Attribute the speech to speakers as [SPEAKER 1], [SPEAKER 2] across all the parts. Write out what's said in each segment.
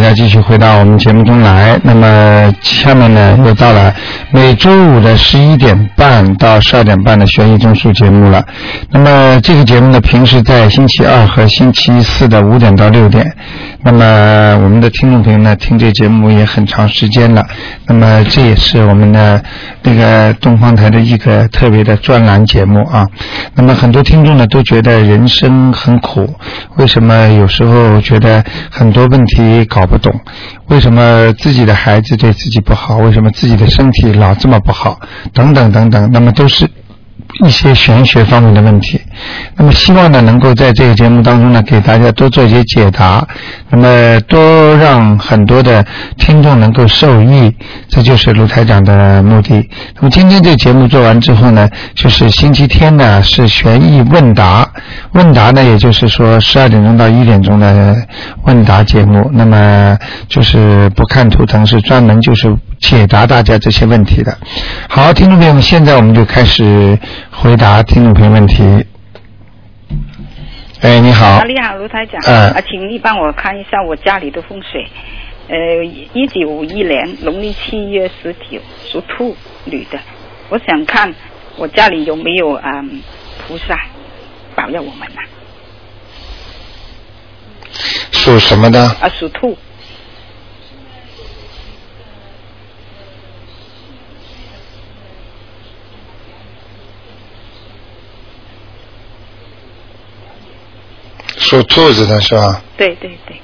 [SPEAKER 1] 家继续回到我们节目中来。那么下面呢，又到了每周五的十一点半到十二点半的悬疑综述节目了。那么这个节目呢，平时在星期二和星期四的五点到六点。那么呃我们的听众朋友呢，听这节目也很长时间了。那么这也是我们的那个东方台的一个特别的专栏节目啊。那么很多听众呢都觉得人生很苦，为什么有时候觉得很多问题搞不懂？为什么自己的孩子对自己不好？为什么自己的身体老这么不好？等等等等，那么都是一些玄学方面的问题。那么希望呢，能够在这个节目当中呢，给大家多做一些解答，那么多让很多的听众能够受益，这就是卢台长的目的。那么今天这个节目做完之后呢，就是星期天呢是悬疑问答，问答呢也就是说十二点钟到一点钟的问答节目，那么就是不看图腾是专门就是解答大家这些问题的。好，听众朋友们，现在我们就开始回答听众朋友问题。哎，你好
[SPEAKER 2] 啊，，你好，卢台长。
[SPEAKER 1] 嗯
[SPEAKER 2] 啊，请你帮我看一下我家里的风水。呃，一九五一年农历七月十九，属兔，女的。我想看我家里有没有啊、嗯菩萨保佑我们呐、
[SPEAKER 1] 属什么的？
[SPEAKER 2] 啊？属兔，
[SPEAKER 1] 属兔子的是吧？
[SPEAKER 2] 对对对，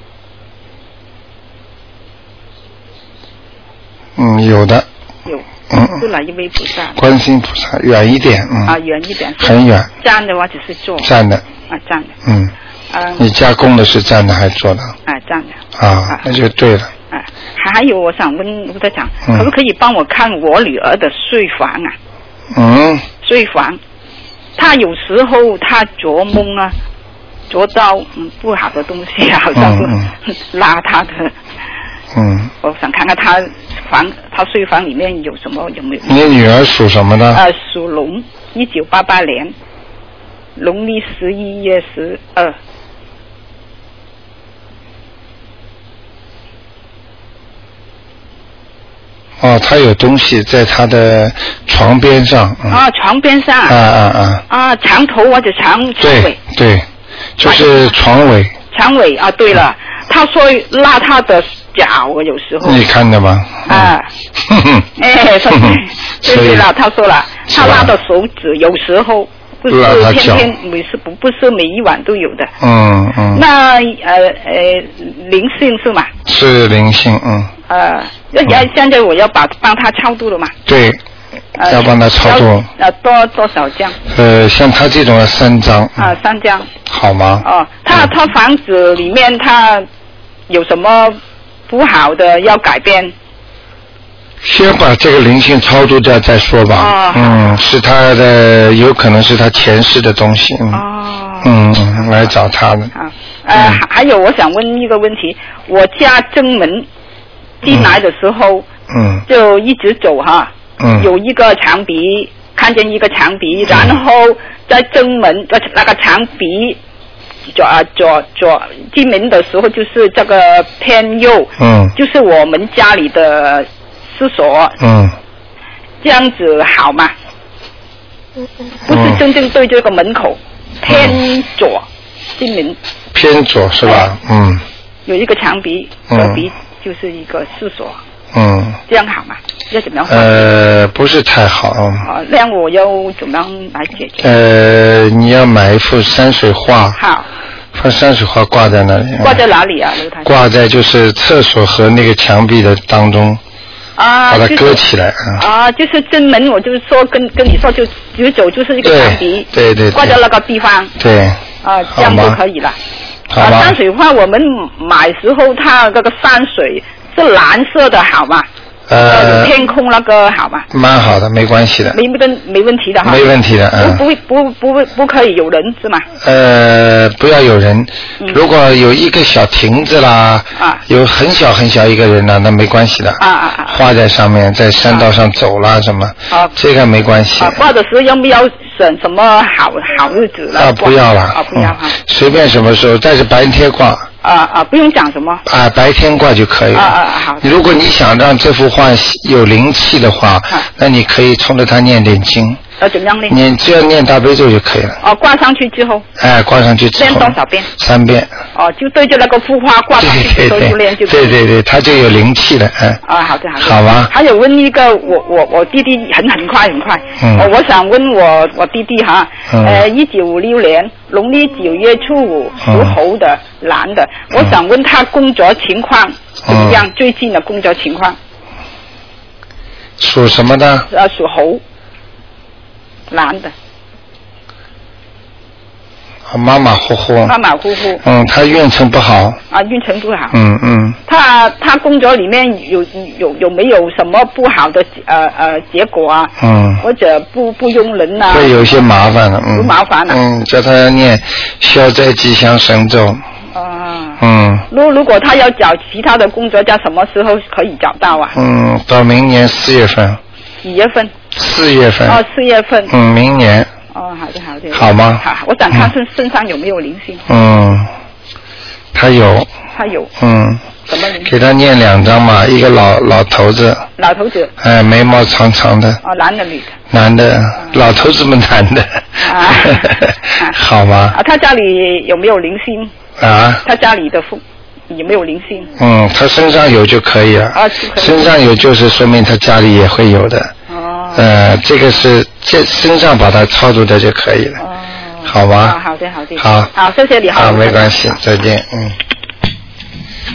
[SPEAKER 1] 嗯，有的。
[SPEAKER 2] 有
[SPEAKER 1] 嗯，
[SPEAKER 2] 出来一位菩萨、
[SPEAKER 1] 观世音菩萨远一点，嗯，
[SPEAKER 2] 啊，远一点。
[SPEAKER 1] 很远，
[SPEAKER 2] 站的话只是坐
[SPEAKER 1] 站的，
[SPEAKER 2] 啊，站的
[SPEAKER 1] 嗯，
[SPEAKER 2] 啊
[SPEAKER 1] 你家供的是站的还是坐的？
[SPEAKER 2] 啊，站的。
[SPEAKER 1] 啊，那就对了。
[SPEAKER 2] 啊，还有我想问卢台长，
[SPEAKER 1] 嗯
[SPEAKER 2] 可不可以帮我看我女儿的睡房啊？
[SPEAKER 1] 嗯，
[SPEAKER 2] 睡房，他有时候他做梦啊，做到嗯不好的东西啊，好像
[SPEAKER 1] 嗯嗯
[SPEAKER 2] 是邋遢的。
[SPEAKER 1] 嗯，
[SPEAKER 2] 我想看看他房，他睡房里面有什么有没有？
[SPEAKER 1] 你女儿属什么的？
[SPEAKER 2] 呃，属龙，一九八八年，农历十一月十二，
[SPEAKER 1] 哦，她有东西在她的床边上，嗯，
[SPEAKER 2] 啊，床边上
[SPEAKER 1] 啊啊啊，
[SPEAKER 2] 啊，床头或者床床
[SPEAKER 1] 对
[SPEAKER 2] 尾，
[SPEAKER 1] 对，就是床尾，
[SPEAKER 2] 床尾啊，对了，他说邋遢的脚，我有时候
[SPEAKER 1] 嗯你看的吗？
[SPEAKER 2] 哦啊。
[SPEAKER 1] 哼哼，
[SPEAKER 2] 哎，说
[SPEAKER 1] 哼哼
[SPEAKER 2] 对
[SPEAKER 1] 所以
[SPEAKER 2] 对了，他说了，
[SPEAKER 1] 是
[SPEAKER 2] 他
[SPEAKER 1] 吧
[SPEAKER 2] 拉的手指有时候不是
[SPEAKER 1] 拉他脚
[SPEAKER 2] 天天每次不不是每一晚都有的。
[SPEAKER 1] 嗯嗯，
[SPEAKER 2] 那呃呃灵性是嘛？
[SPEAKER 1] 是灵性，嗯，
[SPEAKER 2] 呃，那要现在我要把帮他超度了嘛？
[SPEAKER 1] 对，
[SPEAKER 2] 呃、
[SPEAKER 1] 要帮他超度
[SPEAKER 2] 要，呃，多多少张？
[SPEAKER 1] 呃，像她这种要三张，
[SPEAKER 2] 啊、
[SPEAKER 1] 嗯
[SPEAKER 2] 三张。
[SPEAKER 1] 好吗？
[SPEAKER 2] 哦，他
[SPEAKER 1] 嗯
[SPEAKER 2] 他房子里面他有什么不好的要改变？
[SPEAKER 1] 先把这个灵性超度掉再说吧
[SPEAKER 2] 哦。
[SPEAKER 1] 嗯，是他的，有可能是他前世的东西。嗯、
[SPEAKER 2] 哦。
[SPEAKER 1] 嗯，嗯来找他的。
[SPEAKER 2] 啊，呃，
[SPEAKER 1] 嗯
[SPEAKER 2] 还有我想问一个问题，我家正门进来的时候、
[SPEAKER 1] 嗯
[SPEAKER 2] 就一直走哈，
[SPEAKER 1] 嗯。
[SPEAKER 2] 有一个墙壁，看见一个墙壁，然后在正门在那个墙壁左啊左左进门的时候就是这个偏右，
[SPEAKER 1] 嗯
[SPEAKER 2] 就是我们家里的厕所，
[SPEAKER 1] 嗯
[SPEAKER 2] 这样子好吗？不
[SPEAKER 1] 哦
[SPEAKER 2] 是真正对这个门口，
[SPEAKER 1] 嗯
[SPEAKER 2] 偏左进门。
[SPEAKER 1] 偏左是
[SPEAKER 2] 哎
[SPEAKER 1] 吧？嗯
[SPEAKER 2] 有一个墙壁，
[SPEAKER 1] 嗯
[SPEAKER 2] 隔壁就是一个厕所，
[SPEAKER 1] 嗯。
[SPEAKER 2] 这样好吗？要怎么样？
[SPEAKER 1] 呃，不是太好。嗯
[SPEAKER 2] 啊，那样我要怎么样来解决？
[SPEAKER 1] 呃，你要买一幅山水画，
[SPEAKER 2] 好，
[SPEAKER 1] 把山水画挂在那里。
[SPEAKER 2] 挂在哪里啊，刘台？
[SPEAKER 1] 嗯挂在就是厕所和那个墙壁的当中，
[SPEAKER 2] 啊，
[SPEAKER 1] 把它
[SPEAKER 2] 就是
[SPEAKER 1] 搁起来啊。
[SPEAKER 2] 啊，就是正门，我就是说跟跟你说，就直走就是一个
[SPEAKER 1] 对
[SPEAKER 2] 墙壁，
[SPEAKER 1] 对对对
[SPEAKER 2] 挂在那个地方
[SPEAKER 1] 对，
[SPEAKER 2] 啊，这
[SPEAKER 1] 好
[SPEAKER 2] 样就
[SPEAKER 1] 吗？
[SPEAKER 2] 可以了。
[SPEAKER 1] 好
[SPEAKER 2] 啊，
[SPEAKER 1] 吗？
[SPEAKER 2] 山水画我们买时候它那个山水是蓝色的，好吗？
[SPEAKER 1] 呃，
[SPEAKER 2] 天空那个好吗？
[SPEAKER 1] 蛮好的，没关系的，
[SPEAKER 2] 没问没问题的哈，
[SPEAKER 1] 没问题的，嗯。
[SPEAKER 2] 不不不不不可以有人是吗？
[SPEAKER 1] 呃，不要有人。
[SPEAKER 2] 嗯
[SPEAKER 1] 如果有一个小亭子啦，
[SPEAKER 2] 啊
[SPEAKER 1] 有很小很小一个人啦，那没关系的。
[SPEAKER 2] 啊啊啊！
[SPEAKER 1] 画在上面，在山道上走啦，什么，
[SPEAKER 2] 啊
[SPEAKER 1] 这个没关系。
[SPEAKER 2] 啊，挂的时候要不要选什么好好日子来
[SPEAKER 1] 啊，
[SPEAKER 2] 挂
[SPEAKER 1] 不要了，
[SPEAKER 2] 啊，不要
[SPEAKER 1] 嗯
[SPEAKER 2] 哈。
[SPEAKER 1] 随便什么时候，但是白天挂，
[SPEAKER 2] 啊啊，不用讲什么。
[SPEAKER 1] 啊，白天挂就可以了。
[SPEAKER 2] 啊啊好
[SPEAKER 1] 如果你想让这幅画有灵气的话，
[SPEAKER 2] 啊
[SPEAKER 1] 那你可以冲着它念点经，
[SPEAKER 2] 呃，怎么样呢？
[SPEAKER 1] 念只要念大悲咒就可以了。
[SPEAKER 2] 哦，挂上去之后
[SPEAKER 1] 哎，挂上去之
[SPEAKER 2] 练
[SPEAKER 1] 后，
[SPEAKER 2] 多少遍？
[SPEAKER 1] 三遍。
[SPEAKER 2] 哦，就对着那个幅画挂上
[SPEAKER 1] 对
[SPEAKER 2] 去之后
[SPEAKER 1] 对
[SPEAKER 2] 就练就
[SPEAKER 1] 对，
[SPEAKER 2] 可以
[SPEAKER 1] 对对对，它就有灵气了，哎。
[SPEAKER 2] 啊，好的好的。
[SPEAKER 1] 好吧
[SPEAKER 2] 还有问一个，我我我弟弟很很快很快。
[SPEAKER 1] 嗯
[SPEAKER 2] 呃我想问我我弟弟哈，
[SPEAKER 1] 嗯
[SPEAKER 2] 呃，一九五六年农历九月初五属
[SPEAKER 1] 嗯
[SPEAKER 2] 猴的男的，我
[SPEAKER 1] 嗯
[SPEAKER 2] 想问他工作情况怎么样？
[SPEAKER 1] 嗯
[SPEAKER 2] 最近的工作情况，
[SPEAKER 1] 属什么的？
[SPEAKER 2] 呃，属猴，男的，
[SPEAKER 1] 啊马马虎虎。
[SPEAKER 2] 马马虎虎
[SPEAKER 1] 嗯，他运程不好。
[SPEAKER 2] 啊，运程不好。
[SPEAKER 1] 嗯嗯。
[SPEAKER 2] 他他工作里面有有有没有什么不好的呃呃结果啊？
[SPEAKER 1] 嗯
[SPEAKER 2] 或者不不用人啊呐、
[SPEAKER 1] 会有一些麻烦了，嗯。
[SPEAKER 2] 有麻烦了
[SPEAKER 1] 嗯，叫他念消灾吉祥神咒，
[SPEAKER 2] 啊
[SPEAKER 1] 嗯
[SPEAKER 2] 如如果他要找其他的工作，在什么时候可以找到啊？
[SPEAKER 1] 嗯，到明年四月份，
[SPEAKER 2] 几月份？
[SPEAKER 1] 四月份，
[SPEAKER 2] 哦，四月份。
[SPEAKER 1] 嗯，明年，
[SPEAKER 2] 哦，好的，好的。
[SPEAKER 1] 好吗
[SPEAKER 2] 好，我想看
[SPEAKER 1] 嗯
[SPEAKER 2] 身身上有没有灵性，
[SPEAKER 1] 嗯，他有，
[SPEAKER 2] 他有
[SPEAKER 1] 嗯，
[SPEAKER 2] 什么灵性？
[SPEAKER 1] 给他念两张嘛，一个老老头子，
[SPEAKER 2] 老头子，
[SPEAKER 1] 哎，眉毛长长的，
[SPEAKER 2] 哦，男的女的？
[SPEAKER 1] 男的，老头子们男的，
[SPEAKER 2] 啊
[SPEAKER 1] 好吗
[SPEAKER 2] 啊，？他家里有没有灵性？
[SPEAKER 1] 啊，
[SPEAKER 2] 他家里的父有没有灵性？
[SPEAKER 1] 嗯，他身上有就可以了，
[SPEAKER 2] 啊就可以
[SPEAKER 1] 身上有就是说明他家里也会有的，
[SPEAKER 2] 哦。
[SPEAKER 1] 呃，这个是这身上把它操作掉就可以了，
[SPEAKER 2] 哦。
[SPEAKER 1] 好吧
[SPEAKER 2] 啊好的，好的。
[SPEAKER 1] 好
[SPEAKER 2] 好，谢谢你。
[SPEAKER 1] 啊，没关系，再见，嗯。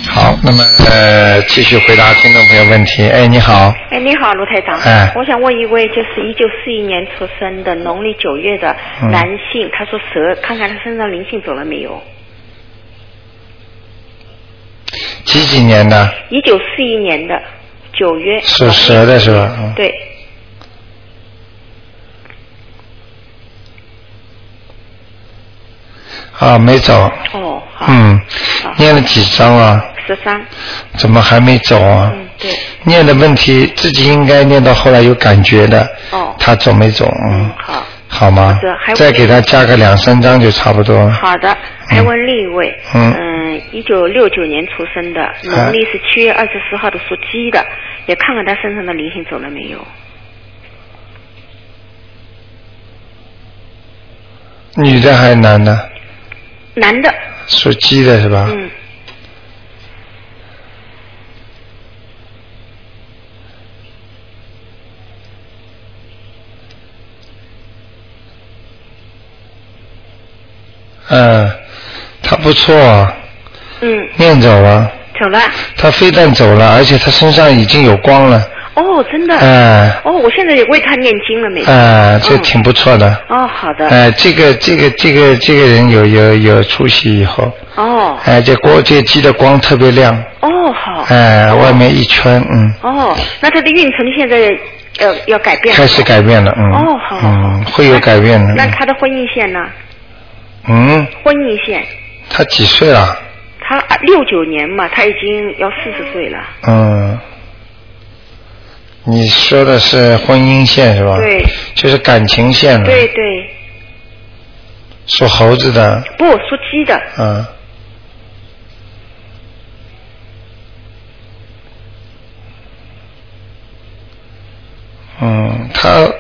[SPEAKER 1] 好，那么呃，继续回答听众朋友问题。哎，你好，
[SPEAKER 3] 哎，你好，卢台长。
[SPEAKER 1] 哎
[SPEAKER 3] 我想问一位，就是一九四一年出生的农历九月的
[SPEAKER 1] 嗯
[SPEAKER 3] 男性，他说蛇，看看他身上灵性走了没有？
[SPEAKER 1] 几几年的？
[SPEAKER 3] 一九四一年的九月。
[SPEAKER 1] 属蛇的是吧？嗯。
[SPEAKER 3] 对，
[SPEAKER 1] 啊，没走。
[SPEAKER 3] 哦，好。
[SPEAKER 1] 嗯
[SPEAKER 3] 好，
[SPEAKER 1] 念了几张啊？
[SPEAKER 3] 十三，
[SPEAKER 1] 怎么还没走啊？
[SPEAKER 3] 嗯，对，
[SPEAKER 1] 念的问题自己应该念到后来有感觉的。
[SPEAKER 3] 哦
[SPEAKER 1] 他走没走？嗯
[SPEAKER 3] 嗯，。好，
[SPEAKER 1] 好吗
[SPEAKER 3] 好的还？有
[SPEAKER 1] 再给他加个两三张就差不多了。
[SPEAKER 3] 好的。还问另一位，
[SPEAKER 1] 嗯
[SPEAKER 3] 嗯，一九六九年出生的，农历是七月二十四号的，属鸡的，也看看他身上的灵性走了没有？
[SPEAKER 1] 女的还是男的？
[SPEAKER 3] 男的，
[SPEAKER 1] 属鸡的是吧？
[SPEAKER 3] 嗯，
[SPEAKER 1] 嗯，他不错啊，
[SPEAKER 3] 嗯，
[SPEAKER 1] 念走啊，
[SPEAKER 3] 走了。
[SPEAKER 1] 他非但走了，而且他身上已经有光了，
[SPEAKER 3] 哦，真的。
[SPEAKER 1] 哎、
[SPEAKER 3] 哦，我现在也为他念经了，每
[SPEAKER 1] 哎、
[SPEAKER 3] 天。
[SPEAKER 1] 这
[SPEAKER 3] 嗯
[SPEAKER 1] 挺不错的，
[SPEAKER 3] 哦，好的。
[SPEAKER 1] 哎、这个这个这个这个人有有有出息以后，
[SPEAKER 3] 哦
[SPEAKER 1] 哎、这光这鸡的光特别亮，
[SPEAKER 3] 哦，好。
[SPEAKER 1] 哎、外面一圈，嗯，
[SPEAKER 3] 哦，那他的运程现在要要改变了。
[SPEAKER 1] 开始改变了，嗯，
[SPEAKER 3] 哦，好。
[SPEAKER 1] 嗯，会有改变的，
[SPEAKER 3] 那那他的婚姻线呢？
[SPEAKER 1] 嗯，
[SPEAKER 3] 婚姻线，
[SPEAKER 1] 他几岁了？
[SPEAKER 3] 他啊六九年嘛，他已经要四十岁了。
[SPEAKER 1] 嗯，你说的是婚姻线是吧？
[SPEAKER 3] 对，
[SPEAKER 1] 就是感情线了。
[SPEAKER 3] 对，对，
[SPEAKER 1] 属猴子的，
[SPEAKER 3] 不属鸡的。
[SPEAKER 1] 嗯。嗯，他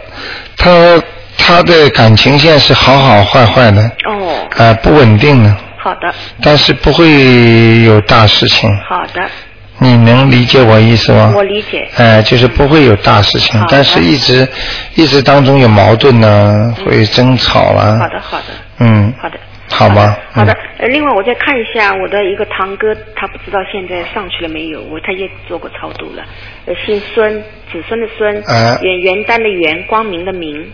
[SPEAKER 1] 他他的感情线是好好坏坏的，
[SPEAKER 3] 哦，
[SPEAKER 1] 啊、不稳定的，
[SPEAKER 3] 好的，
[SPEAKER 1] 但是不会有大事情。
[SPEAKER 3] 好的，
[SPEAKER 1] 你能理解我意思吗？
[SPEAKER 3] 我理解。
[SPEAKER 1] 哎、就是不会有大事情
[SPEAKER 3] 好，
[SPEAKER 1] 但是一直一直当中有矛盾呢、会争吵啦、
[SPEAKER 3] 嗯好的，好的，
[SPEAKER 1] 嗯，
[SPEAKER 3] 好的。
[SPEAKER 1] 好吗？
[SPEAKER 3] 好的
[SPEAKER 1] 嗯，
[SPEAKER 3] 呃另外我再看一下我的一个堂哥，他不知道现在上去了没有，我他也做过超度了，呃，姓孙，子孙的孙，
[SPEAKER 1] 哎
[SPEAKER 3] 元元旦的元，光明的明，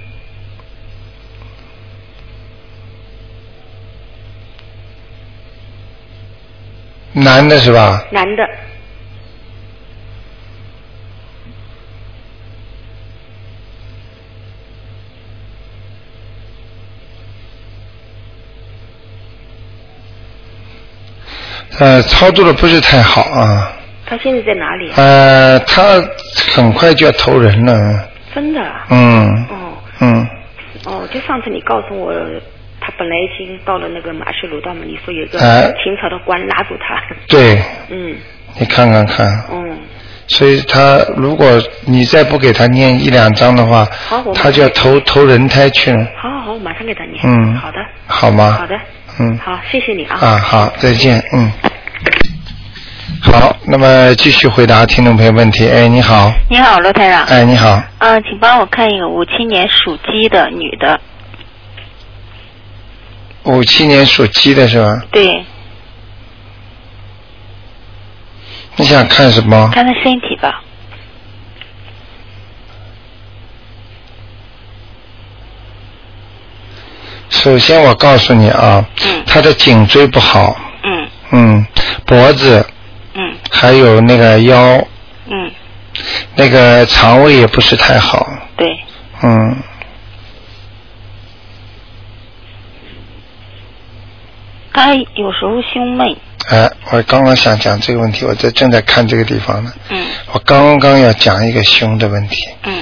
[SPEAKER 1] 男的是吧？
[SPEAKER 3] 男的，
[SPEAKER 1] 呃，操作的不是太好啊。
[SPEAKER 3] 他现在在哪里？啊
[SPEAKER 1] 呃，他很快就要投人了。
[SPEAKER 3] 真的啊？
[SPEAKER 1] 嗯
[SPEAKER 3] 哦
[SPEAKER 1] 嗯，
[SPEAKER 3] 哦，就上次你告诉我，他本来已经到了那个马修鲁道嘛，你说有一个
[SPEAKER 1] 哎
[SPEAKER 3] 秦朝的官拉住他，
[SPEAKER 1] 对，
[SPEAKER 3] 嗯
[SPEAKER 1] 你看看看，
[SPEAKER 3] 嗯，
[SPEAKER 1] 所以他如果你再不给他念一两章的话
[SPEAKER 3] 好我，们
[SPEAKER 1] 他就要投投人胎去了，
[SPEAKER 3] 好好好，我马上给他念，
[SPEAKER 1] 嗯
[SPEAKER 3] 好的，
[SPEAKER 1] 好吗？
[SPEAKER 3] 好的，
[SPEAKER 1] 嗯。
[SPEAKER 3] 好，谢谢你啊，
[SPEAKER 1] 啊，好，再见，嗯。好，那么继续回答听众朋友问题。哎，你好，
[SPEAKER 4] 你好，罗台长。
[SPEAKER 1] 哎，你好，
[SPEAKER 4] 嗯、请帮我看一个五七年属鸡的女的，
[SPEAKER 1] 五七年属鸡的是吧？
[SPEAKER 4] 对，
[SPEAKER 1] 你想看什么？
[SPEAKER 4] 看她身体吧。
[SPEAKER 1] 首先我告诉你啊，
[SPEAKER 4] 嗯
[SPEAKER 1] 他的颈椎不好，
[SPEAKER 4] 嗯
[SPEAKER 1] 嗯，脖子
[SPEAKER 4] 嗯
[SPEAKER 1] 还有那个腰，
[SPEAKER 4] 嗯，
[SPEAKER 1] 那个肠胃也不是太好，
[SPEAKER 4] 对，
[SPEAKER 1] 嗯。
[SPEAKER 4] 她哎有时候胸闷。
[SPEAKER 1] 哎，我刚刚想讲这个问题，我在正在看这个地方呢。
[SPEAKER 4] 嗯
[SPEAKER 1] 我刚刚要讲一个胸的问题，
[SPEAKER 4] 嗯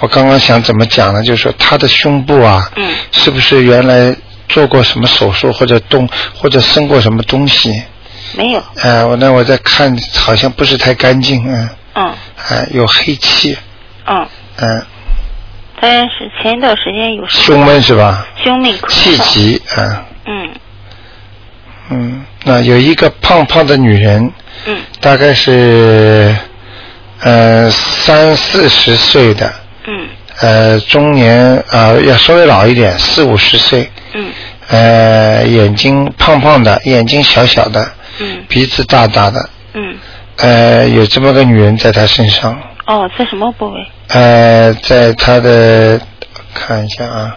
[SPEAKER 1] 我刚刚想怎么讲呢？就是说他的胸部啊，
[SPEAKER 4] 嗯
[SPEAKER 1] 是不是原来做过什么手术或者动或者生过什么东西？
[SPEAKER 4] 没有。
[SPEAKER 1] 哎、我那我在看，好像不是太干净，嗯，
[SPEAKER 4] 嗯
[SPEAKER 1] 哎、有黑气，
[SPEAKER 4] 嗯，
[SPEAKER 1] 嗯、
[SPEAKER 4] 她是前一段时间有时候
[SPEAKER 1] 胸闷是吧？
[SPEAKER 4] 胸闷咳
[SPEAKER 1] 气
[SPEAKER 4] 嗽。
[SPEAKER 1] 急，嗯、
[SPEAKER 4] 嗯
[SPEAKER 1] 嗯，那有一个胖胖的女人，
[SPEAKER 4] 嗯
[SPEAKER 1] 大概是，呃，三四十岁的，
[SPEAKER 4] 嗯
[SPEAKER 1] 呃，中年啊、呃要稍微老一点，四五十岁，
[SPEAKER 4] 嗯
[SPEAKER 1] 呃，眼睛胖胖的，眼睛小小的，
[SPEAKER 4] 嗯
[SPEAKER 1] 鼻子大大的，
[SPEAKER 4] 嗯，
[SPEAKER 1] 呃，有这么个女人在她身上，
[SPEAKER 4] 哦，在什么部位？
[SPEAKER 1] 呃，在她的看一下啊，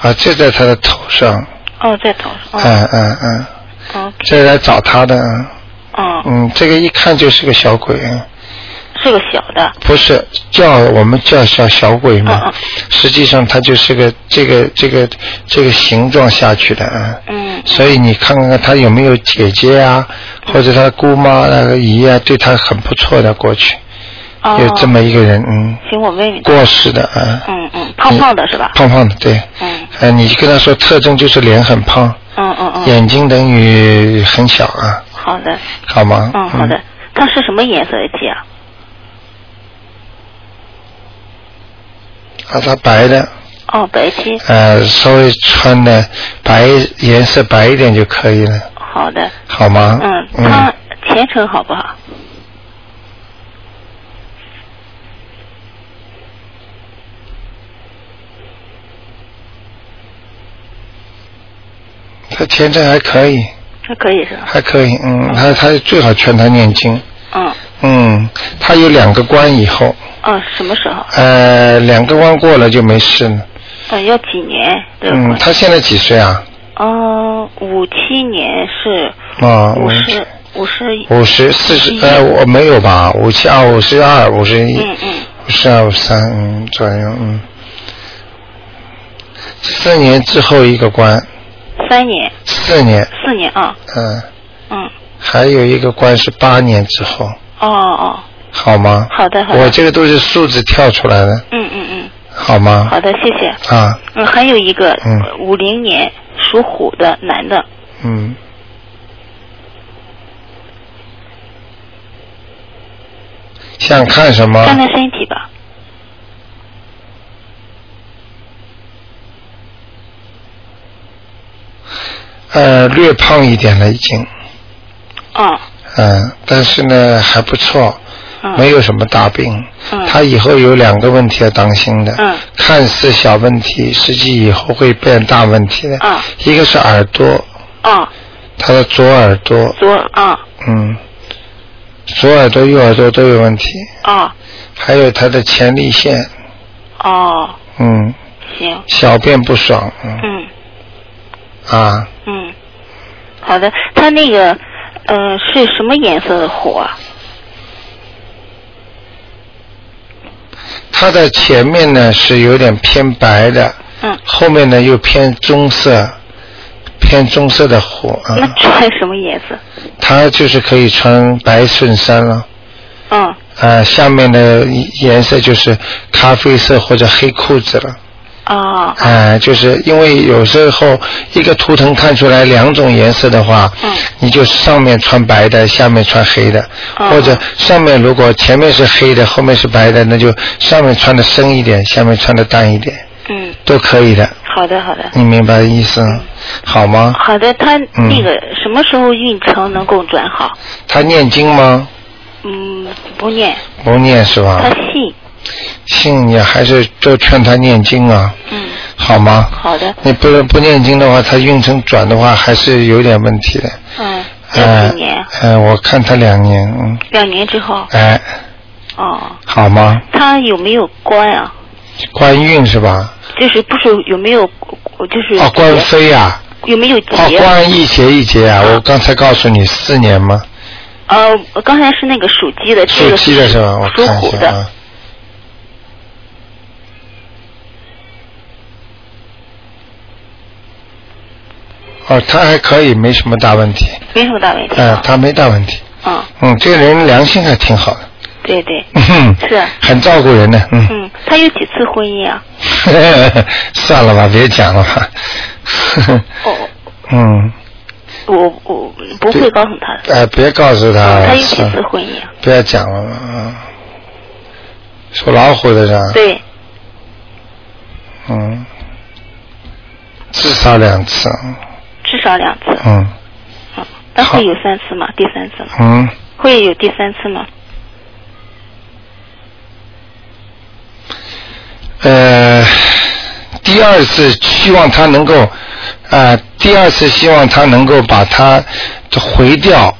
[SPEAKER 1] 啊，就在她的头上，
[SPEAKER 4] 哦，在头上。
[SPEAKER 1] 嗯
[SPEAKER 4] 哦
[SPEAKER 1] 嗯嗯，
[SPEAKER 4] ，OK，
[SPEAKER 1] 这来找她的，嗯
[SPEAKER 4] 嗯，
[SPEAKER 1] 嗯，这个一看就是个小鬼，嗯
[SPEAKER 4] 是个小的。
[SPEAKER 1] 不是叫我们叫小小鬼嘛，
[SPEAKER 4] 嗯嗯
[SPEAKER 1] 实际上它就是个这个这个这个形状下去的啊。
[SPEAKER 4] 嗯
[SPEAKER 1] 所以你看看他有没有姐姐啊，或者他姑妈、那个姨啊，对他很不错的。过去
[SPEAKER 4] 哦，
[SPEAKER 1] 有这么一个人，嗯，
[SPEAKER 4] 行，我问问她。
[SPEAKER 1] 过世的啊，
[SPEAKER 4] 嗯嗯，胖胖的是吧？
[SPEAKER 1] 胖胖的，对，
[SPEAKER 4] 嗯
[SPEAKER 1] 呃，你跟他说特征就是脸很胖，
[SPEAKER 4] 嗯嗯嗯。
[SPEAKER 1] 眼睛等于很小啊，
[SPEAKER 4] 好的，
[SPEAKER 1] 好吗？
[SPEAKER 4] 嗯，好的。它是什么颜色的鸡啊？
[SPEAKER 1] 啊，他白的，
[SPEAKER 4] 哦，白鸡。
[SPEAKER 1] 呃，稍微穿的白颜色白一点就可以了，
[SPEAKER 4] 好的，
[SPEAKER 1] 好吗？
[SPEAKER 4] 嗯，它前程好不好？
[SPEAKER 1] 他前程还可以，
[SPEAKER 4] 还可以是吧？
[SPEAKER 1] 还可以，嗯，他他最好劝他念经，
[SPEAKER 4] 嗯，
[SPEAKER 1] 嗯，他有两个关以后，
[SPEAKER 4] 哦，什么时候？
[SPEAKER 1] 呃，两个关过了就没事了，
[SPEAKER 4] 呃，要几年？这个
[SPEAKER 1] 嗯，
[SPEAKER 4] 关
[SPEAKER 1] 他现在几岁啊？
[SPEAKER 4] 哦，五七年是
[SPEAKER 1] 啊，
[SPEAKER 4] 五十五十一。
[SPEAKER 1] 五十四十
[SPEAKER 4] 五，一
[SPEAKER 1] 呃，我没有吧，五七二，五十二，五十一，
[SPEAKER 4] 嗯嗯，
[SPEAKER 1] 五十二、五十三，嗯，左右，嗯，四年之后一个关，
[SPEAKER 4] 三年
[SPEAKER 1] 四年，
[SPEAKER 4] 四年啊，
[SPEAKER 1] 嗯。
[SPEAKER 4] 嗯，
[SPEAKER 1] 还有一个关是八年之后，
[SPEAKER 4] 哦哦，
[SPEAKER 1] 好吗？
[SPEAKER 4] 好的好的
[SPEAKER 1] 我这个都是数字跳出来的，
[SPEAKER 4] 嗯嗯
[SPEAKER 1] 好
[SPEAKER 4] 嗯，
[SPEAKER 1] 吗？
[SPEAKER 4] 好的，谢谢。
[SPEAKER 1] 啊，
[SPEAKER 4] 嗯，还有一个
[SPEAKER 1] 嗯
[SPEAKER 4] 五零年属虎的男的，
[SPEAKER 1] 嗯。想看什么？
[SPEAKER 4] 看看身体吧。
[SPEAKER 1] 呃，略胖一点了已经，
[SPEAKER 4] 嗯
[SPEAKER 1] 嗯、但是呢还不错，
[SPEAKER 4] 嗯，
[SPEAKER 1] 没有什么大病。
[SPEAKER 4] 嗯
[SPEAKER 1] 他以后有两个问题要当心的。
[SPEAKER 4] 嗯
[SPEAKER 1] 看似小问题，实际以后会变大问题的。
[SPEAKER 4] 嗯
[SPEAKER 1] 一个是耳朵，
[SPEAKER 4] 嗯，
[SPEAKER 1] 他的左耳朵，
[SPEAKER 4] 左嗯
[SPEAKER 1] 嗯，左耳朵、右耳朵都有问题，
[SPEAKER 4] 哦
[SPEAKER 1] 还有他的前列腺，
[SPEAKER 4] 哦，
[SPEAKER 1] 嗯，
[SPEAKER 4] 行，
[SPEAKER 1] 小便不爽，嗯
[SPEAKER 4] 嗯。
[SPEAKER 1] 啊，
[SPEAKER 4] 嗯，好的，它那个呃是什么颜色的虎啊？
[SPEAKER 1] 他的前面呢是有点偏白的，
[SPEAKER 4] 嗯，
[SPEAKER 1] 后面呢又偏棕色，偏棕色的火啊
[SPEAKER 4] 那，穿什么颜色？
[SPEAKER 1] 他就是可以穿白衬衫了。
[SPEAKER 4] 嗯，
[SPEAKER 1] 啊，下面的颜色就是咖啡色或者黑裤子了，
[SPEAKER 4] 哦，
[SPEAKER 1] 哎、就是因为有时候一个图腾看出来两种颜色的话，
[SPEAKER 4] 嗯
[SPEAKER 1] 你就上面穿白的，下面穿黑的，
[SPEAKER 4] 哦
[SPEAKER 1] 或者上面如果前面是黑的，后面是白的，那就上面穿的深一点，下面穿的淡一点，
[SPEAKER 4] 嗯，
[SPEAKER 1] 都可以的。
[SPEAKER 4] 好的好的
[SPEAKER 1] 你明白意思吗好吗？
[SPEAKER 4] 好的，他
[SPEAKER 1] 嗯
[SPEAKER 4] 那个什么时候运程能够转好？
[SPEAKER 1] 他念经吗？
[SPEAKER 4] 嗯，不念，
[SPEAKER 1] 不念是吧
[SPEAKER 4] 他？信，
[SPEAKER 1] 信你还是就劝他念经啊，
[SPEAKER 4] 嗯，
[SPEAKER 1] 好吗？
[SPEAKER 4] 好的，
[SPEAKER 1] 你不不念经的话，他运程转的话还是有点问题的。
[SPEAKER 4] 嗯，要
[SPEAKER 1] 哎
[SPEAKER 4] 几年？
[SPEAKER 1] 哎，我看他两年，嗯，
[SPEAKER 4] 两年之后，
[SPEAKER 1] 哎，
[SPEAKER 4] 哦，
[SPEAKER 1] 好吗？
[SPEAKER 4] 他有没有官啊？
[SPEAKER 1] 官运是吧？
[SPEAKER 4] 就是不是有没有，就是
[SPEAKER 1] 哦，官非呀、
[SPEAKER 4] 有没有
[SPEAKER 1] 啊，哦，
[SPEAKER 4] 劫？
[SPEAKER 1] 官一节一节啊，我刚才告诉你四年吗？
[SPEAKER 4] 呃，我刚才是那个属鸡的，这
[SPEAKER 1] 属
[SPEAKER 4] 个
[SPEAKER 1] 鸡的是吧？我
[SPEAKER 4] 属
[SPEAKER 1] 看一
[SPEAKER 4] 虎
[SPEAKER 1] 下
[SPEAKER 4] 的，
[SPEAKER 1] 啊。哦，他还可以，没什么大问题。
[SPEAKER 4] 没什么大问题。
[SPEAKER 1] 嗯，
[SPEAKER 4] 啊
[SPEAKER 1] 他没大问题。
[SPEAKER 4] 嗯，
[SPEAKER 1] 嗯，这个人良心还挺好的，
[SPEAKER 4] 对对，
[SPEAKER 1] 嗯，
[SPEAKER 4] 是啊
[SPEAKER 1] 很照顾人的，嗯。
[SPEAKER 4] 嗯，他有几次婚姻啊？
[SPEAKER 1] 算了吧，别讲了吧。
[SPEAKER 4] 哦，
[SPEAKER 1] 嗯，
[SPEAKER 4] 我我不会告诉他的。
[SPEAKER 1] 哎，别告诉他。
[SPEAKER 4] 嗯他有几
[SPEAKER 1] 算
[SPEAKER 4] 次
[SPEAKER 1] 了
[SPEAKER 4] 婚姻啊？
[SPEAKER 1] 不要讲了嘛，嗯。属老虎的人。。
[SPEAKER 4] 对，
[SPEAKER 1] 嗯，至少两次，
[SPEAKER 4] 至少两次。
[SPEAKER 1] 嗯
[SPEAKER 4] 嗯，那
[SPEAKER 1] 好
[SPEAKER 4] 会有三次吗？第三次吗？
[SPEAKER 1] 嗯，
[SPEAKER 4] 会有第三次吗？
[SPEAKER 1] 呃，第二次希望他能够，呃，第二次希望他能够把他回掉，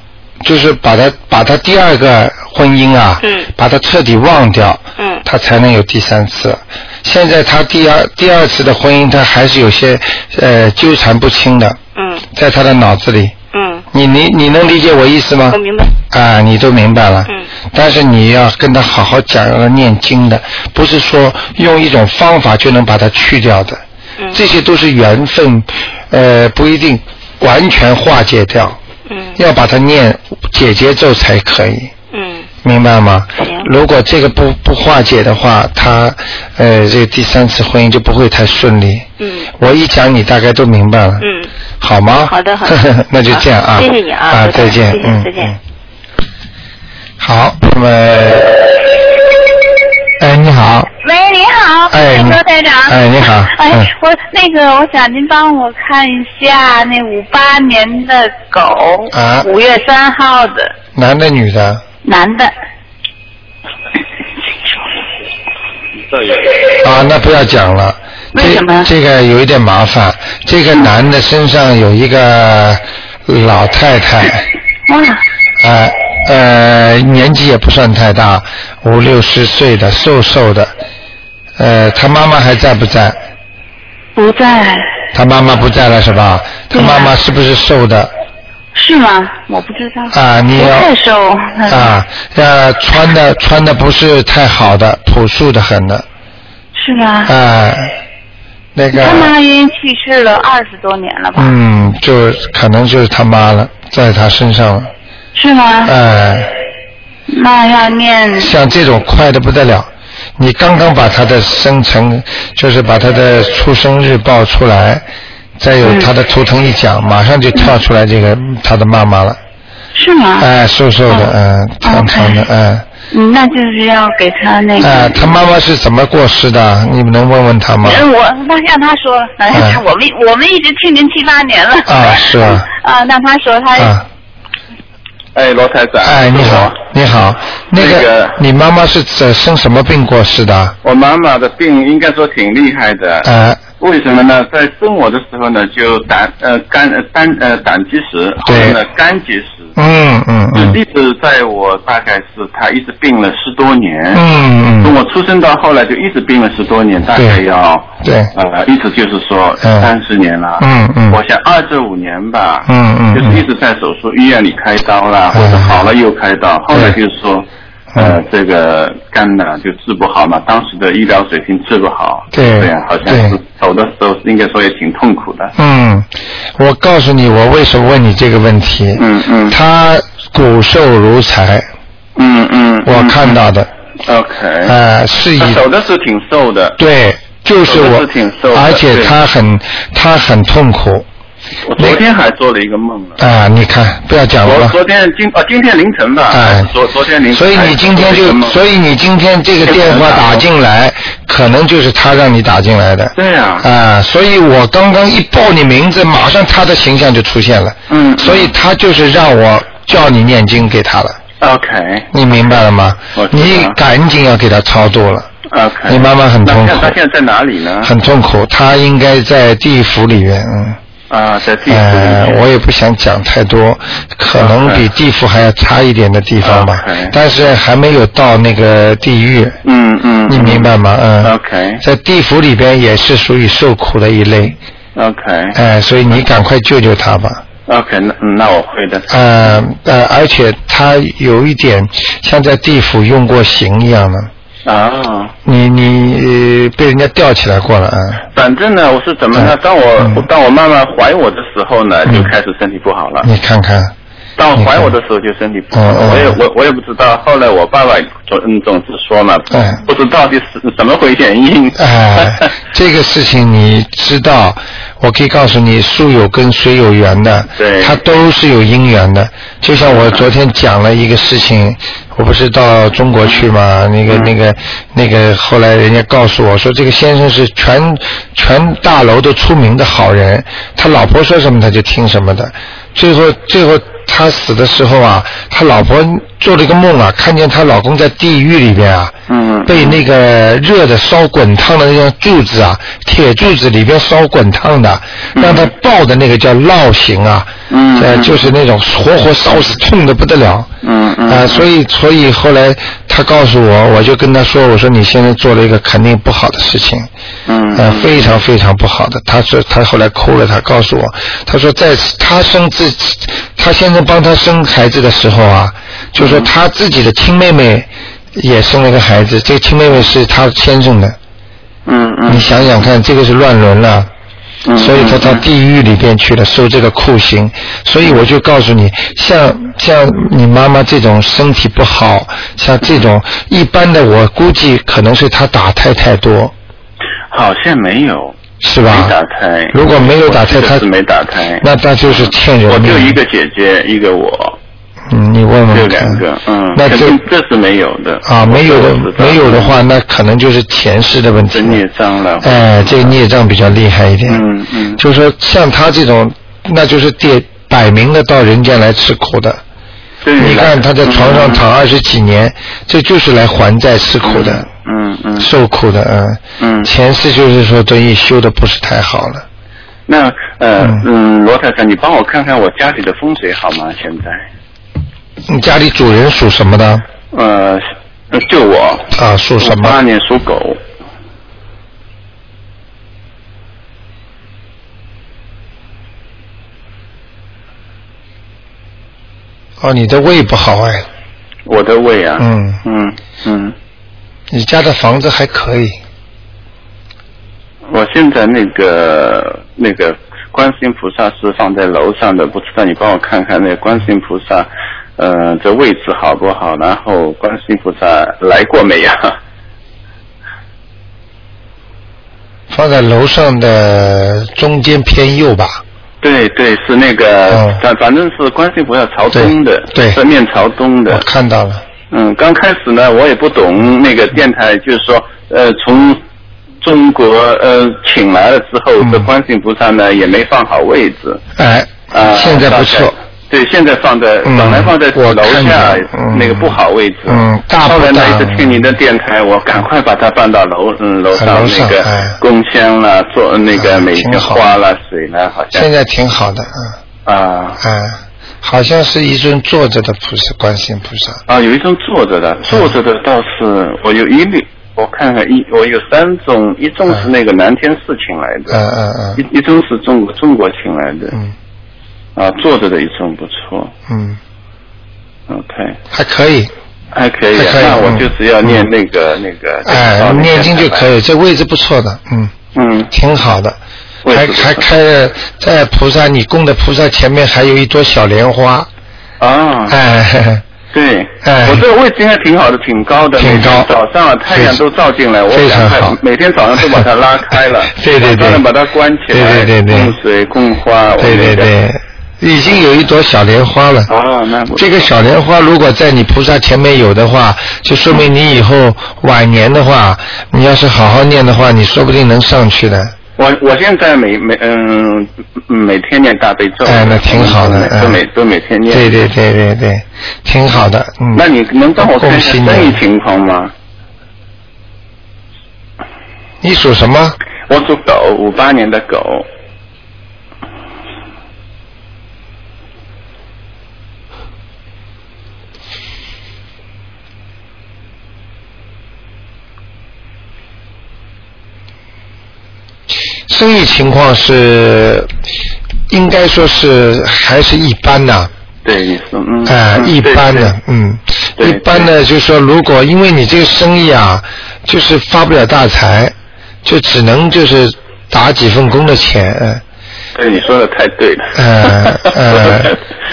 [SPEAKER 1] 就是把他把他第二个婚姻啊，
[SPEAKER 4] 嗯
[SPEAKER 1] 把他彻底忘掉，
[SPEAKER 4] 嗯
[SPEAKER 1] 他才能有第三次。现在他第二第二次的婚姻，他还是有些呃纠缠不清的，
[SPEAKER 4] 嗯
[SPEAKER 1] 在他的脑子里。
[SPEAKER 4] 嗯，
[SPEAKER 1] 你你你能理解我意思吗
[SPEAKER 4] 我？明白。
[SPEAKER 1] 啊，你都明白了。
[SPEAKER 4] 嗯
[SPEAKER 1] 但是你要跟他好好讲，让他念经的，不是说用一种方法就能把它去掉的。
[SPEAKER 4] 嗯
[SPEAKER 1] 这些都是缘分，呃，不一定完全化解掉，
[SPEAKER 4] 嗯
[SPEAKER 1] 要把它念解节奏才可以，
[SPEAKER 4] 嗯
[SPEAKER 1] 明白吗
[SPEAKER 4] 行？
[SPEAKER 1] 如果这个不不化解的话，他呃这个第三次婚姻就不会太顺利。
[SPEAKER 4] 嗯
[SPEAKER 1] 我一讲你大概都明白了。
[SPEAKER 4] 嗯，
[SPEAKER 1] 好吗？
[SPEAKER 4] 好的好 的
[SPEAKER 1] 那就这样啊。
[SPEAKER 4] 好谢谢你啊
[SPEAKER 1] 啊，
[SPEAKER 4] 卢台长
[SPEAKER 1] 再见，
[SPEAKER 4] 谢谢
[SPEAKER 1] 嗯，
[SPEAKER 4] 再见
[SPEAKER 1] 嗯。好，那么，哎，你好，
[SPEAKER 5] 喂，哦你好，
[SPEAKER 1] 哎
[SPEAKER 5] 那
[SPEAKER 1] 你
[SPEAKER 5] 个台长。
[SPEAKER 1] 哎你好
[SPEAKER 5] 哎
[SPEAKER 1] 嗯，
[SPEAKER 5] 我那个，我想您帮我看一下那五八年的狗，
[SPEAKER 1] 啊
[SPEAKER 5] 五月三号的
[SPEAKER 1] 男的女的？
[SPEAKER 5] 男的，
[SPEAKER 1] 啊，那不要讲了。
[SPEAKER 5] 为
[SPEAKER 1] 这
[SPEAKER 5] 什么
[SPEAKER 1] 这个有一点麻烦，这个男的身上有一个老太太，
[SPEAKER 5] 哇，
[SPEAKER 1] 啊呃，年纪也不算太大，五六十岁的，瘦瘦的，呃，他妈妈还在不在？
[SPEAKER 5] 不在，
[SPEAKER 1] 他妈妈不在了是吧？他
[SPEAKER 5] 对啊
[SPEAKER 1] 妈妈是不是瘦的？
[SPEAKER 5] 是吗？我不知道。
[SPEAKER 1] 啊，你
[SPEAKER 5] 不
[SPEAKER 1] 要
[SPEAKER 5] 太瘦。
[SPEAKER 1] 啊，呃，穿的穿的不是太好的，朴素的很的，
[SPEAKER 5] 是吗？
[SPEAKER 1] 啊，那个，
[SPEAKER 5] 他妈因为去世了二十多年了吧？
[SPEAKER 1] 嗯，就可能就是他妈了，在他身上了，
[SPEAKER 5] 是吗？
[SPEAKER 1] 哎、
[SPEAKER 5] 那要念
[SPEAKER 1] 像这种快的不得了，你刚刚把他的生辰，就是把他的出生日报出来，再有
[SPEAKER 5] 嗯
[SPEAKER 1] 他的图腾一讲，马上就跳出来这个他的妈妈了，
[SPEAKER 5] 是吗？
[SPEAKER 1] 哎、瘦瘦的，
[SPEAKER 6] 哦
[SPEAKER 1] 嗯、长长的，
[SPEAKER 5] OK
[SPEAKER 1] 嗯、
[SPEAKER 5] 嗯，那就是要给他那个。
[SPEAKER 1] 哎，他妈妈是怎么过世的？你们能问问他吗？
[SPEAKER 5] 嗯，我那让他说，反正他
[SPEAKER 1] 嗯
[SPEAKER 5] 我们我们一直听您七八年了。
[SPEAKER 1] 啊是啊
[SPEAKER 5] 啊，那他说他
[SPEAKER 1] 啊，
[SPEAKER 6] 哎，罗台长。
[SPEAKER 1] 哎，你好
[SPEAKER 6] 我，
[SPEAKER 1] 你好，那
[SPEAKER 6] 那
[SPEAKER 1] 个
[SPEAKER 6] 个
[SPEAKER 1] 你妈妈是怎生什么病过世的？
[SPEAKER 6] 我妈妈的病应该说挺厉害的，
[SPEAKER 1] 哎，
[SPEAKER 6] 为什么呢？在中午的时候呢，就胆呃肝呃胆呃胆结石，后
[SPEAKER 1] 对
[SPEAKER 6] 来呢肝结石，
[SPEAKER 1] 嗯嗯
[SPEAKER 6] 就一
[SPEAKER 1] 嗯
[SPEAKER 6] 直在我大概是她一直病了十多年，
[SPEAKER 1] 嗯
[SPEAKER 6] 从
[SPEAKER 1] 嗯，
[SPEAKER 6] 我出生到后来就一直病了十多年，大概
[SPEAKER 1] 对
[SPEAKER 6] 要
[SPEAKER 1] 对，
[SPEAKER 6] 呃一直就是说
[SPEAKER 1] 嗯
[SPEAKER 6] 三十年了，
[SPEAKER 1] 嗯嗯
[SPEAKER 6] 我想二至五年吧，
[SPEAKER 1] 嗯嗯
[SPEAKER 6] 就是一直在手术医院里开刀啦，
[SPEAKER 1] 嗯
[SPEAKER 6] 或者好了又开刀，后来
[SPEAKER 1] 对
[SPEAKER 6] 就是说。呃
[SPEAKER 1] 嗯，
[SPEAKER 6] 这个肝呢就治不好嘛，当时的医疗水平治不好，
[SPEAKER 1] 对
[SPEAKER 6] 这样好像
[SPEAKER 1] 对
[SPEAKER 6] 是走的时候应该说也挺痛苦的。
[SPEAKER 1] 嗯，我告诉你，我为什么问你这个问题？
[SPEAKER 6] 嗯嗯
[SPEAKER 1] 他骨瘦如柴，
[SPEAKER 6] 嗯嗯，
[SPEAKER 1] 我看到的，
[SPEAKER 6] 嗯。OK。
[SPEAKER 1] 呃，是以
[SPEAKER 6] 他走的是挺瘦的。
[SPEAKER 1] 对就是
[SPEAKER 6] 手
[SPEAKER 1] 我
[SPEAKER 6] 是挺瘦，的
[SPEAKER 1] 而且
[SPEAKER 6] 对
[SPEAKER 1] 他很他很痛苦
[SPEAKER 6] 我昨天还做了一个梦呢。
[SPEAKER 1] 啊！你看，不要讲
[SPEAKER 6] 我
[SPEAKER 1] 了。
[SPEAKER 6] 昨天今啊今天凌晨吧，
[SPEAKER 1] 哎
[SPEAKER 6] 还是昨昨天凌晨。
[SPEAKER 1] 所以你今天就，所以你今天这个电话打进来，可能就是他让你打进来的。
[SPEAKER 6] 对呀、
[SPEAKER 1] 啊，所以我刚刚一报你名字，马上他的形象就出现了，
[SPEAKER 6] 嗯，
[SPEAKER 1] 所以他就是让我叫你念经给他了，
[SPEAKER 6] OK
[SPEAKER 1] 你明白了吗
[SPEAKER 6] 我？知道嗯
[SPEAKER 1] 你赶紧要给他超度了，
[SPEAKER 6] OK，
[SPEAKER 1] 你妈妈很
[SPEAKER 6] 那
[SPEAKER 1] 痛苦
[SPEAKER 6] 现在他现在在哪里呢？
[SPEAKER 1] 很痛苦，他应该在地府里面，嗯，
[SPEAKER 6] 啊，在地府里
[SPEAKER 1] 呃，
[SPEAKER 6] 面。
[SPEAKER 1] 我也不想讲太多，可能比地府还要差一点的地方吧
[SPEAKER 6] OK，
[SPEAKER 1] 但是还没有到那个地狱，
[SPEAKER 6] 嗯嗯，
[SPEAKER 1] 你明白吗？嗯，
[SPEAKER 6] ？OK
[SPEAKER 1] 在地府里边也是属于受苦的一类，
[SPEAKER 6] OK
[SPEAKER 1] 哎、所以你赶快救救他吧。
[SPEAKER 6] OK，那嗯那我会的。
[SPEAKER 1] 呃呃，而且他有一点像在地府用过刑一样的，
[SPEAKER 6] 啊，
[SPEAKER 1] 你你、呃被人家吊起来过了啊。
[SPEAKER 6] 反正呢，我是怎么呢？
[SPEAKER 1] 嗯
[SPEAKER 6] 当我
[SPEAKER 1] 嗯
[SPEAKER 6] 当我妈妈怀我的时候呢，
[SPEAKER 1] 嗯
[SPEAKER 6] 就开始身体不好了。
[SPEAKER 1] 你看看，
[SPEAKER 6] 当我怀我的时候就身体不好，
[SPEAKER 1] 嗯嗯
[SPEAKER 6] 我也我我也不知道。后来我爸爸总嗯总是说嘛，
[SPEAKER 1] 嗯
[SPEAKER 6] 不知道是什么回原因。
[SPEAKER 1] 哎、这个事情你知道，我可以告诉你，树有根，水有源的，
[SPEAKER 6] 对
[SPEAKER 1] 它都是有因缘的。就像我昨天讲了一个事情，我不是到中国去嘛，那个、
[SPEAKER 6] 嗯
[SPEAKER 1] 那个那个，后来人家告诉我说，这个先生是全全大楼都出名的好人，他老婆说什么他就听什么的，最后最后。他死的时候啊，他老婆做了一个梦啊，看见她老公在地狱里边啊，
[SPEAKER 6] 嗯，
[SPEAKER 1] 被那个热的烧滚烫的那种柱子啊，铁柱子里边烧滚烫的，
[SPEAKER 6] 嗯
[SPEAKER 1] 让他爆的那个叫烙刑啊，
[SPEAKER 6] 嗯
[SPEAKER 1] 呃，
[SPEAKER 6] 嗯
[SPEAKER 1] 就是那种活活烧死，痛的不得了。
[SPEAKER 6] 嗯嗯
[SPEAKER 1] 啊，所以所以后来他告诉我，我就跟他说，我说你现在做了一个肯定不好的事情，
[SPEAKER 6] 嗯
[SPEAKER 1] 呃，非常非常不好的。他说他后来哭了，他告诉我，他说在他生自己，他先生帮他生孩子的时候啊，就
[SPEAKER 6] 嗯
[SPEAKER 1] 说他自己的亲妹妹也生了个孩子，这个亲妹妹是他先生的，
[SPEAKER 6] 嗯
[SPEAKER 1] 你
[SPEAKER 6] 嗯
[SPEAKER 1] 想想看，这个是乱伦了。
[SPEAKER 6] 嗯，
[SPEAKER 1] 所以他到
[SPEAKER 6] 嗯
[SPEAKER 1] 地狱里边去了，受这个酷刑。所以我就告诉你，像像你妈妈这种身体不好，像这种一般的，我估计可能是他打胎太多，
[SPEAKER 6] 好像没有
[SPEAKER 1] 是
[SPEAKER 6] 没
[SPEAKER 1] 吧？
[SPEAKER 6] 打胎。
[SPEAKER 1] 如果没有打胎，
[SPEAKER 6] 哎我记
[SPEAKER 1] 他
[SPEAKER 6] 得是没打胎。
[SPEAKER 1] 那他就是欠人
[SPEAKER 6] 我
[SPEAKER 1] 命。
[SPEAKER 6] 就一个姐姐，一个我，
[SPEAKER 1] 嗯，你问问
[SPEAKER 6] 就
[SPEAKER 1] 看。
[SPEAKER 6] 两个，嗯，
[SPEAKER 1] 那
[SPEAKER 6] 肯
[SPEAKER 1] 这
[SPEAKER 6] 定这是没有的
[SPEAKER 1] 啊，没有的
[SPEAKER 6] 我知，道
[SPEAKER 1] 没有的话，那可能就是前世的问题
[SPEAKER 6] 是。孽障了。
[SPEAKER 1] 哎，这个孽障比较厉害一点。
[SPEAKER 6] 嗯嗯
[SPEAKER 1] 就说像他这种，那就是得摆明的到人间来吃苦的。
[SPEAKER 6] 对
[SPEAKER 1] 你
[SPEAKER 6] 来
[SPEAKER 1] 看他在床上躺二十几年，这就是来还债吃苦的，
[SPEAKER 6] 嗯嗯嗯
[SPEAKER 1] 受苦的，嗯。
[SPEAKER 6] 嗯，
[SPEAKER 1] 前世就是说等于修的不是太好了，
[SPEAKER 6] 那呃
[SPEAKER 1] 嗯
[SPEAKER 6] 嗯，罗太太，你帮我看看我家里的风水好吗？现在
[SPEAKER 1] 你家里主人属什么的？
[SPEAKER 6] 呃，呃就我
[SPEAKER 1] 啊，属什
[SPEAKER 6] 八
[SPEAKER 1] 么？
[SPEAKER 6] 年属狗，
[SPEAKER 1] 哦，你的胃不好哎，
[SPEAKER 6] 我的胃啊，
[SPEAKER 1] 嗯
[SPEAKER 6] 嗯嗯，
[SPEAKER 1] 你家的房子还可以，
[SPEAKER 6] 我现在那个那个观世音菩萨是放在楼上的，不知道你帮我看看那个观世音菩萨，呃，这位置好不好？然后观世音菩萨来过没呀、
[SPEAKER 1] 放在楼上的中间偏右吧。
[SPEAKER 6] 对对，是那个
[SPEAKER 1] 哦，
[SPEAKER 6] 反、反正是观世音菩萨朝
[SPEAKER 1] 对
[SPEAKER 6] 东的，
[SPEAKER 1] 对
[SPEAKER 6] 正面朝东
[SPEAKER 1] 我
[SPEAKER 6] 的。
[SPEAKER 1] 看到了，
[SPEAKER 6] 嗯，刚开始呢，我也不懂那个电台，就是说，呃，从中国呃请来了之后，
[SPEAKER 1] 嗯
[SPEAKER 6] 这观世音菩萨呢也没放好位置
[SPEAKER 1] 哎，
[SPEAKER 6] 啊。
[SPEAKER 1] 现在不
[SPEAKER 6] 大
[SPEAKER 1] 错
[SPEAKER 6] 概。对，现在放在、
[SPEAKER 1] 嗯
[SPEAKER 6] 本来放在
[SPEAKER 1] 我
[SPEAKER 6] 楼
[SPEAKER 1] 看
[SPEAKER 6] 下
[SPEAKER 1] 见、嗯
[SPEAKER 6] 那个不好位置。
[SPEAKER 1] 嗯大不
[SPEAKER 6] 后来呢，
[SPEAKER 1] 大
[SPEAKER 6] 一直听您的电台，我赶快把它搬到楼嗯楼
[SPEAKER 1] 啊
[SPEAKER 6] 上
[SPEAKER 1] 楼
[SPEAKER 6] 那
[SPEAKER 1] 上
[SPEAKER 6] 个
[SPEAKER 1] 哎
[SPEAKER 6] 供香啦，做那
[SPEAKER 1] 啊
[SPEAKER 6] 个每
[SPEAKER 1] 挺
[SPEAKER 6] 天
[SPEAKER 1] 好
[SPEAKER 6] 花啦、水啦，好像
[SPEAKER 1] 现在挺好的，嗯，
[SPEAKER 6] 啊。
[SPEAKER 1] 哎，好像是一尊坐着的菩萨，观世音菩萨。
[SPEAKER 6] 啊，有一种坐着
[SPEAKER 1] 嗯
[SPEAKER 6] 的，坐着的倒是我有一缕，我看看一，我有三种，一种是那个南天寺请来
[SPEAKER 1] 嗯
[SPEAKER 6] 的，
[SPEAKER 1] 嗯嗯。
[SPEAKER 6] 一一种是中国中国请来的，
[SPEAKER 1] 嗯
[SPEAKER 6] 啊，坐着的一种不错
[SPEAKER 1] 嗯，
[SPEAKER 6] ，OK，
[SPEAKER 1] 还可以，
[SPEAKER 6] 还可以啊，
[SPEAKER 1] 还可以
[SPEAKER 6] 那我就
[SPEAKER 1] 嗯
[SPEAKER 6] 只要念
[SPEAKER 1] 嗯
[SPEAKER 6] 那个、那个，
[SPEAKER 1] 哎，念经就可
[SPEAKER 6] 以，
[SPEAKER 1] 以，这位置不错的，嗯，
[SPEAKER 6] 嗯，
[SPEAKER 1] 挺好的，
[SPEAKER 6] 位
[SPEAKER 1] 还
[SPEAKER 6] 置不错
[SPEAKER 1] 还开着在菩萨你供的菩萨前面还有一朵小莲花，
[SPEAKER 6] 啊，
[SPEAKER 1] 哎，
[SPEAKER 6] 对，
[SPEAKER 1] 哎
[SPEAKER 6] 我这个位置应该挺好的，挺高的，
[SPEAKER 1] 挺
[SPEAKER 6] 每天
[SPEAKER 1] 高
[SPEAKER 6] 早上啊，太阳都照进来，我
[SPEAKER 1] 非常
[SPEAKER 6] 想
[SPEAKER 1] 好，
[SPEAKER 6] 快，每天早上都把它拉开了
[SPEAKER 1] 对对对
[SPEAKER 6] 早上把它关起来，
[SPEAKER 1] 对对对对
[SPEAKER 6] 供水供花，我
[SPEAKER 1] 对
[SPEAKER 6] 们
[SPEAKER 1] 对
[SPEAKER 6] 家
[SPEAKER 1] 对，已经有一朵小莲花了。
[SPEAKER 6] 哦，那不
[SPEAKER 1] 这个小莲花如果在你菩萨前面有的话，就说明你以后晚年的话，你要是好好念的话，你说不定能上去的。
[SPEAKER 6] 我我现在每每嗯嗯每天念大悲咒，
[SPEAKER 1] 哎那挺好的
[SPEAKER 6] 都每
[SPEAKER 1] 嗯
[SPEAKER 6] 都每天念。
[SPEAKER 1] 对对对对对，挺好的。嗯。
[SPEAKER 6] 那你能帮我看一
[SPEAKER 1] 恭
[SPEAKER 6] 下
[SPEAKER 1] 喜你
[SPEAKER 6] 生意情况吗？
[SPEAKER 1] 你属什么？
[SPEAKER 6] 我属狗，五八年的狗，
[SPEAKER 1] 生意情况是，应该说是还是一般呐、
[SPEAKER 6] 对，你说嗯，
[SPEAKER 1] 哎、
[SPEAKER 6] 嗯
[SPEAKER 1] 一般
[SPEAKER 6] 对
[SPEAKER 1] 的
[SPEAKER 6] 对，
[SPEAKER 1] 嗯，
[SPEAKER 6] 对
[SPEAKER 1] 一般的，就是说，如果因为你这个生意啊，就是发不了大财，就只能就是打几份工的钱，嗯
[SPEAKER 6] 对，你说的太对了。
[SPEAKER 1] 呃 呃，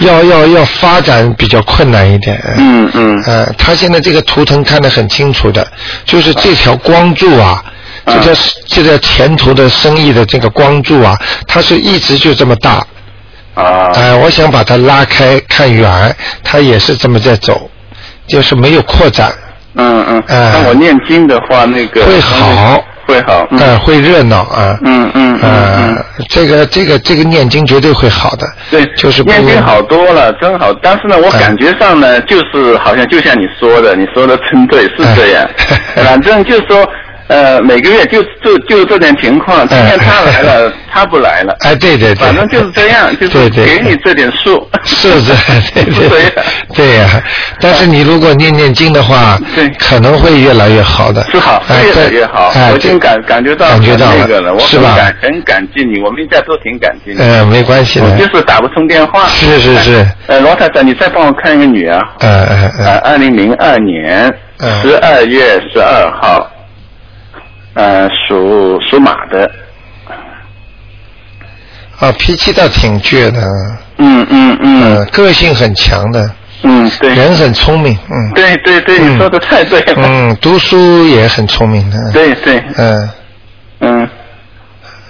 [SPEAKER 1] 要要要发展比较困难一点。
[SPEAKER 6] 嗯嗯
[SPEAKER 1] 呃，他现在这个图腾看得很清楚的，就是这条光柱啊。这
[SPEAKER 6] 嗯
[SPEAKER 1] 条这条前途的生意的这个光柱啊，它是一直就这么大，
[SPEAKER 6] 啊，
[SPEAKER 1] 哎、我想把它拉开看远，它也是这么在走，就是没有扩展，
[SPEAKER 6] 嗯嗯，
[SPEAKER 1] 哎
[SPEAKER 6] 那我念经的话，那个
[SPEAKER 1] 会好，
[SPEAKER 6] 会好，嗯
[SPEAKER 1] 哎、会热闹啊，
[SPEAKER 6] 嗯嗯嗯嗯
[SPEAKER 1] 呃，这个这个这个念经绝对会好的，
[SPEAKER 6] 对，
[SPEAKER 1] 就是不
[SPEAKER 6] 念经好多了，真好。但是呢，我
[SPEAKER 1] 嗯
[SPEAKER 6] 感觉上呢，就是好像就像你说的，你说的真对，是
[SPEAKER 1] 嗯
[SPEAKER 6] 这样。 反正就是说，呃，每个月就就就这点情况，今天他 来了，他不来了，
[SPEAKER 1] 呃哎，对对对，
[SPEAKER 6] 反正就是这样，就是
[SPEAKER 1] 对对
[SPEAKER 6] 给你这点数。
[SPEAKER 1] 是的，对
[SPEAKER 6] 是这
[SPEAKER 1] 对
[SPEAKER 6] 样
[SPEAKER 1] 对呀、 但是你如果念念经的话，
[SPEAKER 6] 对
[SPEAKER 1] 可能会越来越好的，
[SPEAKER 6] 是好，
[SPEAKER 1] 哎
[SPEAKER 6] 越来
[SPEAKER 1] 对
[SPEAKER 6] 越好。
[SPEAKER 1] 哎
[SPEAKER 6] 我已经感感觉到
[SPEAKER 1] 感觉到
[SPEAKER 6] 那个了，我
[SPEAKER 1] 是
[SPEAKER 6] 很
[SPEAKER 1] 吧？
[SPEAKER 6] 感很感激你，我们一家都挺感激你。
[SPEAKER 1] 呃，没关系
[SPEAKER 6] 我
[SPEAKER 1] 的，
[SPEAKER 6] 就是打不通电话。
[SPEAKER 1] 是是是
[SPEAKER 6] 哎呃，罗太太，你再帮我看一个女儿。
[SPEAKER 1] 呃呃
[SPEAKER 6] 呃，
[SPEAKER 1] 呃，
[SPEAKER 6] 二零零二年
[SPEAKER 1] 嗯
[SPEAKER 6] 十二月十二号，呃，属属马的。
[SPEAKER 1] 啊，脾气倒挺倔的，
[SPEAKER 6] 嗯嗯
[SPEAKER 1] 嗯
[SPEAKER 6] 嗯，
[SPEAKER 1] 个性很强的，
[SPEAKER 6] 嗯，对。
[SPEAKER 1] 人很聪明，嗯，
[SPEAKER 6] 对对对，
[SPEAKER 1] 嗯
[SPEAKER 6] 你说的太对了。
[SPEAKER 1] 嗯，读书也很聪明的，，
[SPEAKER 6] 对对，
[SPEAKER 1] 嗯，
[SPEAKER 6] 嗯。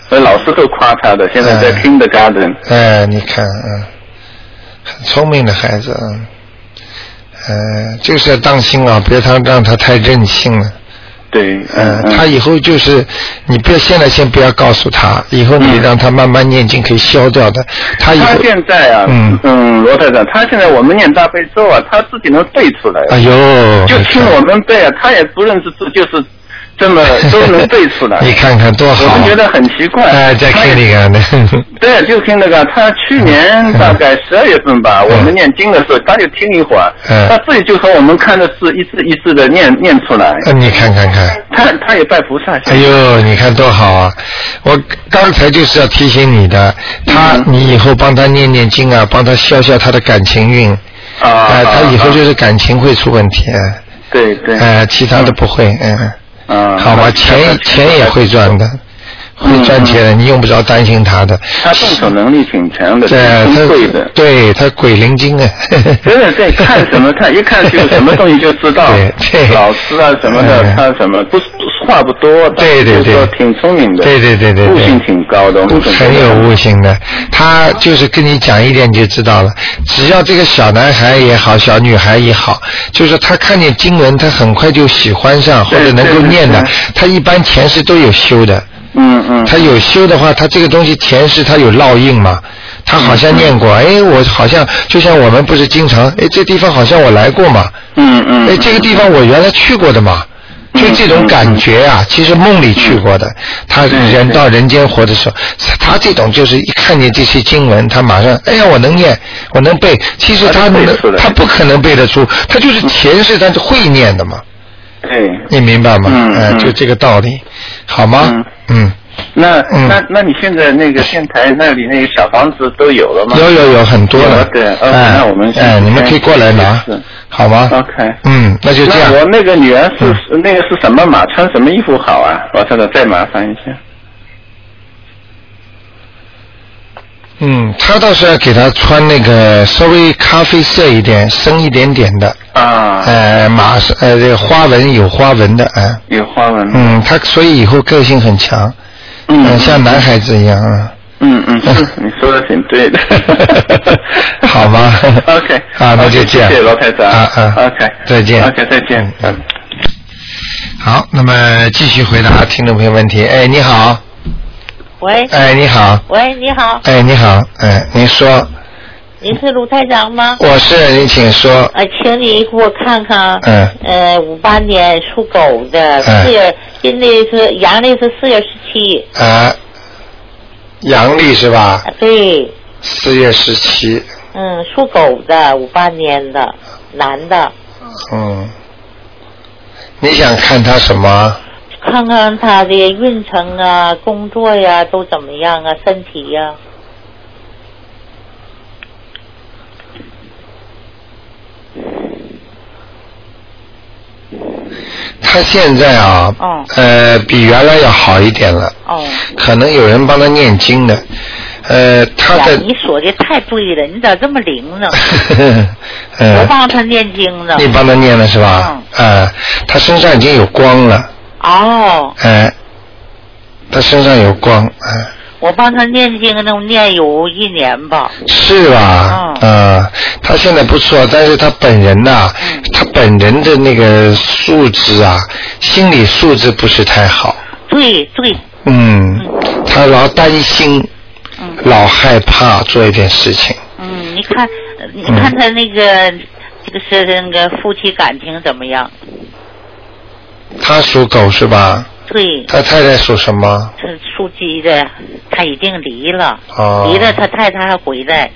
[SPEAKER 6] 所以老师都夸他的，现在在
[SPEAKER 1] 嗯
[SPEAKER 6] kindergarten。
[SPEAKER 1] 哎，你看，嗯，很聪明的孩子，嗯，呃，就是要当心啊，别他让他太任性了。
[SPEAKER 6] 对，嗯
[SPEAKER 1] 嗯，
[SPEAKER 6] 嗯
[SPEAKER 1] 他以后就是，你不要现在先不要告诉他，以后你
[SPEAKER 6] 嗯
[SPEAKER 1] 让他慢慢念经可以消掉的。他以
[SPEAKER 6] 他
[SPEAKER 1] 后，
[SPEAKER 6] 现在啊，
[SPEAKER 1] 嗯
[SPEAKER 6] 罗台长，他现在我们念大悲咒啊，他自己能背出来，啊
[SPEAKER 1] 哎呦，
[SPEAKER 6] 就
[SPEAKER 1] 你
[SPEAKER 6] 听
[SPEAKER 1] 看
[SPEAKER 6] 我们背啊，他也不认识字，就是 这么都能背出来。
[SPEAKER 1] 你看看多好，啊
[SPEAKER 6] 我们觉得很奇怪。
[SPEAKER 1] 哎，在
[SPEAKER 6] 他也
[SPEAKER 1] K 里干的，
[SPEAKER 6] 对，就听那个，他去年大概十二月份吧，
[SPEAKER 1] 嗯
[SPEAKER 6] 我们念经的时候，他就听一会儿，
[SPEAKER 1] 嗯
[SPEAKER 6] 他自己就和我们看的字一字一字的念念出来。
[SPEAKER 1] 呃你看看看，
[SPEAKER 6] 他他也拜菩萨去。
[SPEAKER 1] 哎呦，你看多好啊！我刚才就是要提醒你的，他，
[SPEAKER 6] 嗯
[SPEAKER 1] 你以后帮他念念经啊，帮他消消他的感情运，
[SPEAKER 6] 啊，
[SPEAKER 1] 哎，他以后
[SPEAKER 6] 啊
[SPEAKER 1] 就是感情会出问题，哎
[SPEAKER 6] 对对，
[SPEAKER 1] 哎，其他的不会，嗯。
[SPEAKER 6] 啊，嗯
[SPEAKER 1] 好吧，钱钱也会赚的，会赚钱的，你用不着担心他的。
[SPEAKER 6] 他动手能力挺强的，挺
[SPEAKER 1] 对，啊
[SPEAKER 6] 聪慧
[SPEAKER 1] 他
[SPEAKER 6] 的。
[SPEAKER 1] 对他鬼灵精啊，
[SPEAKER 6] 真的对，看 什么看，一看就什么东西就知道
[SPEAKER 1] 对，对，
[SPEAKER 6] 老师啊什么的
[SPEAKER 1] 嗯，
[SPEAKER 6] 他什么不是不是话不多，
[SPEAKER 1] 对对
[SPEAKER 6] 就是
[SPEAKER 1] 对
[SPEAKER 6] 说挺聪明的，
[SPEAKER 1] 对对对对对
[SPEAKER 6] 悟性挺高的，我们总觉得
[SPEAKER 1] 很有悟性的。他就是跟你讲一点你就知道了。只要这个小男孩也好，小女孩也好，就是他看见经文，他很快就喜欢上或
[SPEAKER 6] 对
[SPEAKER 1] 者能够
[SPEAKER 6] 对对
[SPEAKER 1] 念的
[SPEAKER 6] 对。
[SPEAKER 1] 他一般前世都有修的。
[SPEAKER 6] 嗯嗯，
[SPEAKER 1] 他有修的话，他这个东西前世他有烙印嘛？他好像念过，
[SPEAKER 6] 嗯
[SPEAKER 1] 哎，我好像就像我们不是经常，哎，这地方好像我来过嘛，
[SPEAKER 6] 嗯嗯，
[SPEAKER 1] 哎，这个地方我原来去过的嘛，就这种感觉啊，其实梦里去过的。他
[SPEAKER 6] 嗯
[SPEAKER 1] 人到人间活的时候，他这种就是一看见这些经文，他马上，哎呀，我能念，我能背。其实他
[SPEAKER 6] 他背
[SPEAKER 1] 能
[SPEAKER 6] 出，来
[SPEAKER 1] 他不可能背得出，他就是前世他是会念的嘛，
[SPEAKER 6] 对，
[SPEAKER 1] 你明白吗？
[SPEAKER 6] 嗯
[SPEAKER 1] 哎
[SPEAKER 6] 嗯
[SPEAKER 1] 就这个道理，好吗
[SPEAKER 6] 嗯？
[SPEAKER 1] 嗯。
[SPEAKER 6] 那
[SPEAKER 1] 嗯
[SPEAKER 6] 那那你现在那个电台那里那个小房子都有了吗？
[SPEAKER 1] 有有有很多
[SPEAKER 6] 有
[SPEAKER 1] 了
[SPEAKER 6] 了，对哦
[SPEAKER 1] 哎
[SPEAKER 6] 那我们先
[SPEAKER 1] 哎，你们可以过来拿
[SPEAKER 6] 是，
[SPEAKER 1] 好吗
[SPEAKER 6] OK
[SPEAKER 1] 嗯，那就这
[SPEAKER 6] 那我
[SPEAKER 1] 样。嗯
[SPEAKER 6] 那个女儿是、那个是什么码？穿什么衣服好啊？我太太再麻烦一下。
[SPEAKER 1] 嗯，他倒是要给他穿那个稍微咖啡色一点、深一点点的，
[SPEAKER 6] 啊，
[SPEAKER 1] 呃，马是呃这个花纹有花纹的，哎、
[SPEAKER 6] 有花纹，
[SPEAKER 1] 嗯，他所以以后个性很强，
[SPEAKER 6] 嗯
[SPEAKER 1] 嗯，像男孩子一样啊。。
[SPEAKER 6] 嗯嗯，是你说的挺对的
[SPEAKER 1] 好吧
[SPEAKER 6] OK，
[SPEAKER 1] 啊那就这样
[SPEAKER 6] 谢谢罗台长。
[SPEAKER 1] 啊啊
[SPEAKER 6] OK，
[SPEAKER 1] 再见
[SPEAKER 6] OK，再见。
[SPEAKER 1] 嗯好，那么继续回答听众朋友问题。哎，你好，
[SPEAKER 7] 喂
[SPEAKER 1] 哎，你好，
[SPEAKER 7] 喂，你好，
[SPEAKER 1] 哎，你好，哎，您说，
[SPEAKER 7] 您是卢台长吗？
[SPEAKER 1] 我是您请说，
[SPEAKER 7] 呃，请你给我看看，
[SPEAKER 1] 嗯
[SPEAKER 7] 呃，五八年属狗的，
[SPEAKER 1] 嗯
[SPEAKER 7] 四月，阴历是阳历是四月十七，
[SPEAKER 1] 啊，阳历是吧？
[SPEAKER 7] 啊对，
[SPEAKER 1] 四月十七，
[SPEAKER 7] 嗯，属狗的，五八年的，男的，
[SPEAKER 1] 嗯，你想看他什么？
[SPEAKER 7] 看看他的运程啊、工作呀、都怎么样啊，身体呀、
[SPEAKER 1] 他现在啊，
[SPEAKER 2] 哦
[SPEAKER 1] 呃，比原来要好一点了，
[SPEAKER 2] 哦，
[SPEAKER 1] 可能有人帮他念经的，呃，他
[SPEAKER 7] 呀，
[SPEAKER 1] 的
[SPEAKER 7] 你，说的太对了，你咋这么灵呢？我
[SPEAKER 1] 呃，
[SPEAKER 7] 帮他念经呢。
[SPEAKER 1] 你帮他念了是吧？啊，他身上已经有光了，
[SPEAKER 7] 哦，
[SPEAKER 1] 哎，他身上有光，哎，
[SPEAKER 7] 我帮他念经呢，念有一年吧。
[SPEAKER 1] 是吧？
[SPEAKER 7] 嗯
[SPEAKER 1] 啊，他现在不错，但是他本人呐、他本人的那个素质啊，心理素质不是太好，
[SPEAKER 7] 对对，
[SPEAKER 1] 嗯，他老担心，
[SPEAKER 7] 嗯
[SPEAKER 1] 老害怕做一点事情。
[SPEAKER 7] 嗯，你看，呃你看他那个、这个是那个夫妻感情怎么样？
[SPEAKER 1] 他属狗是吧？
[SPEAKER 7] 对，
[SPEAKER 1] 他太太属什么？
[SPEAKER 7] 他属鸡的，他已经离了，
[SPEAKER 1] 哦，
[SPEAKER 7] 离了他太太还回来。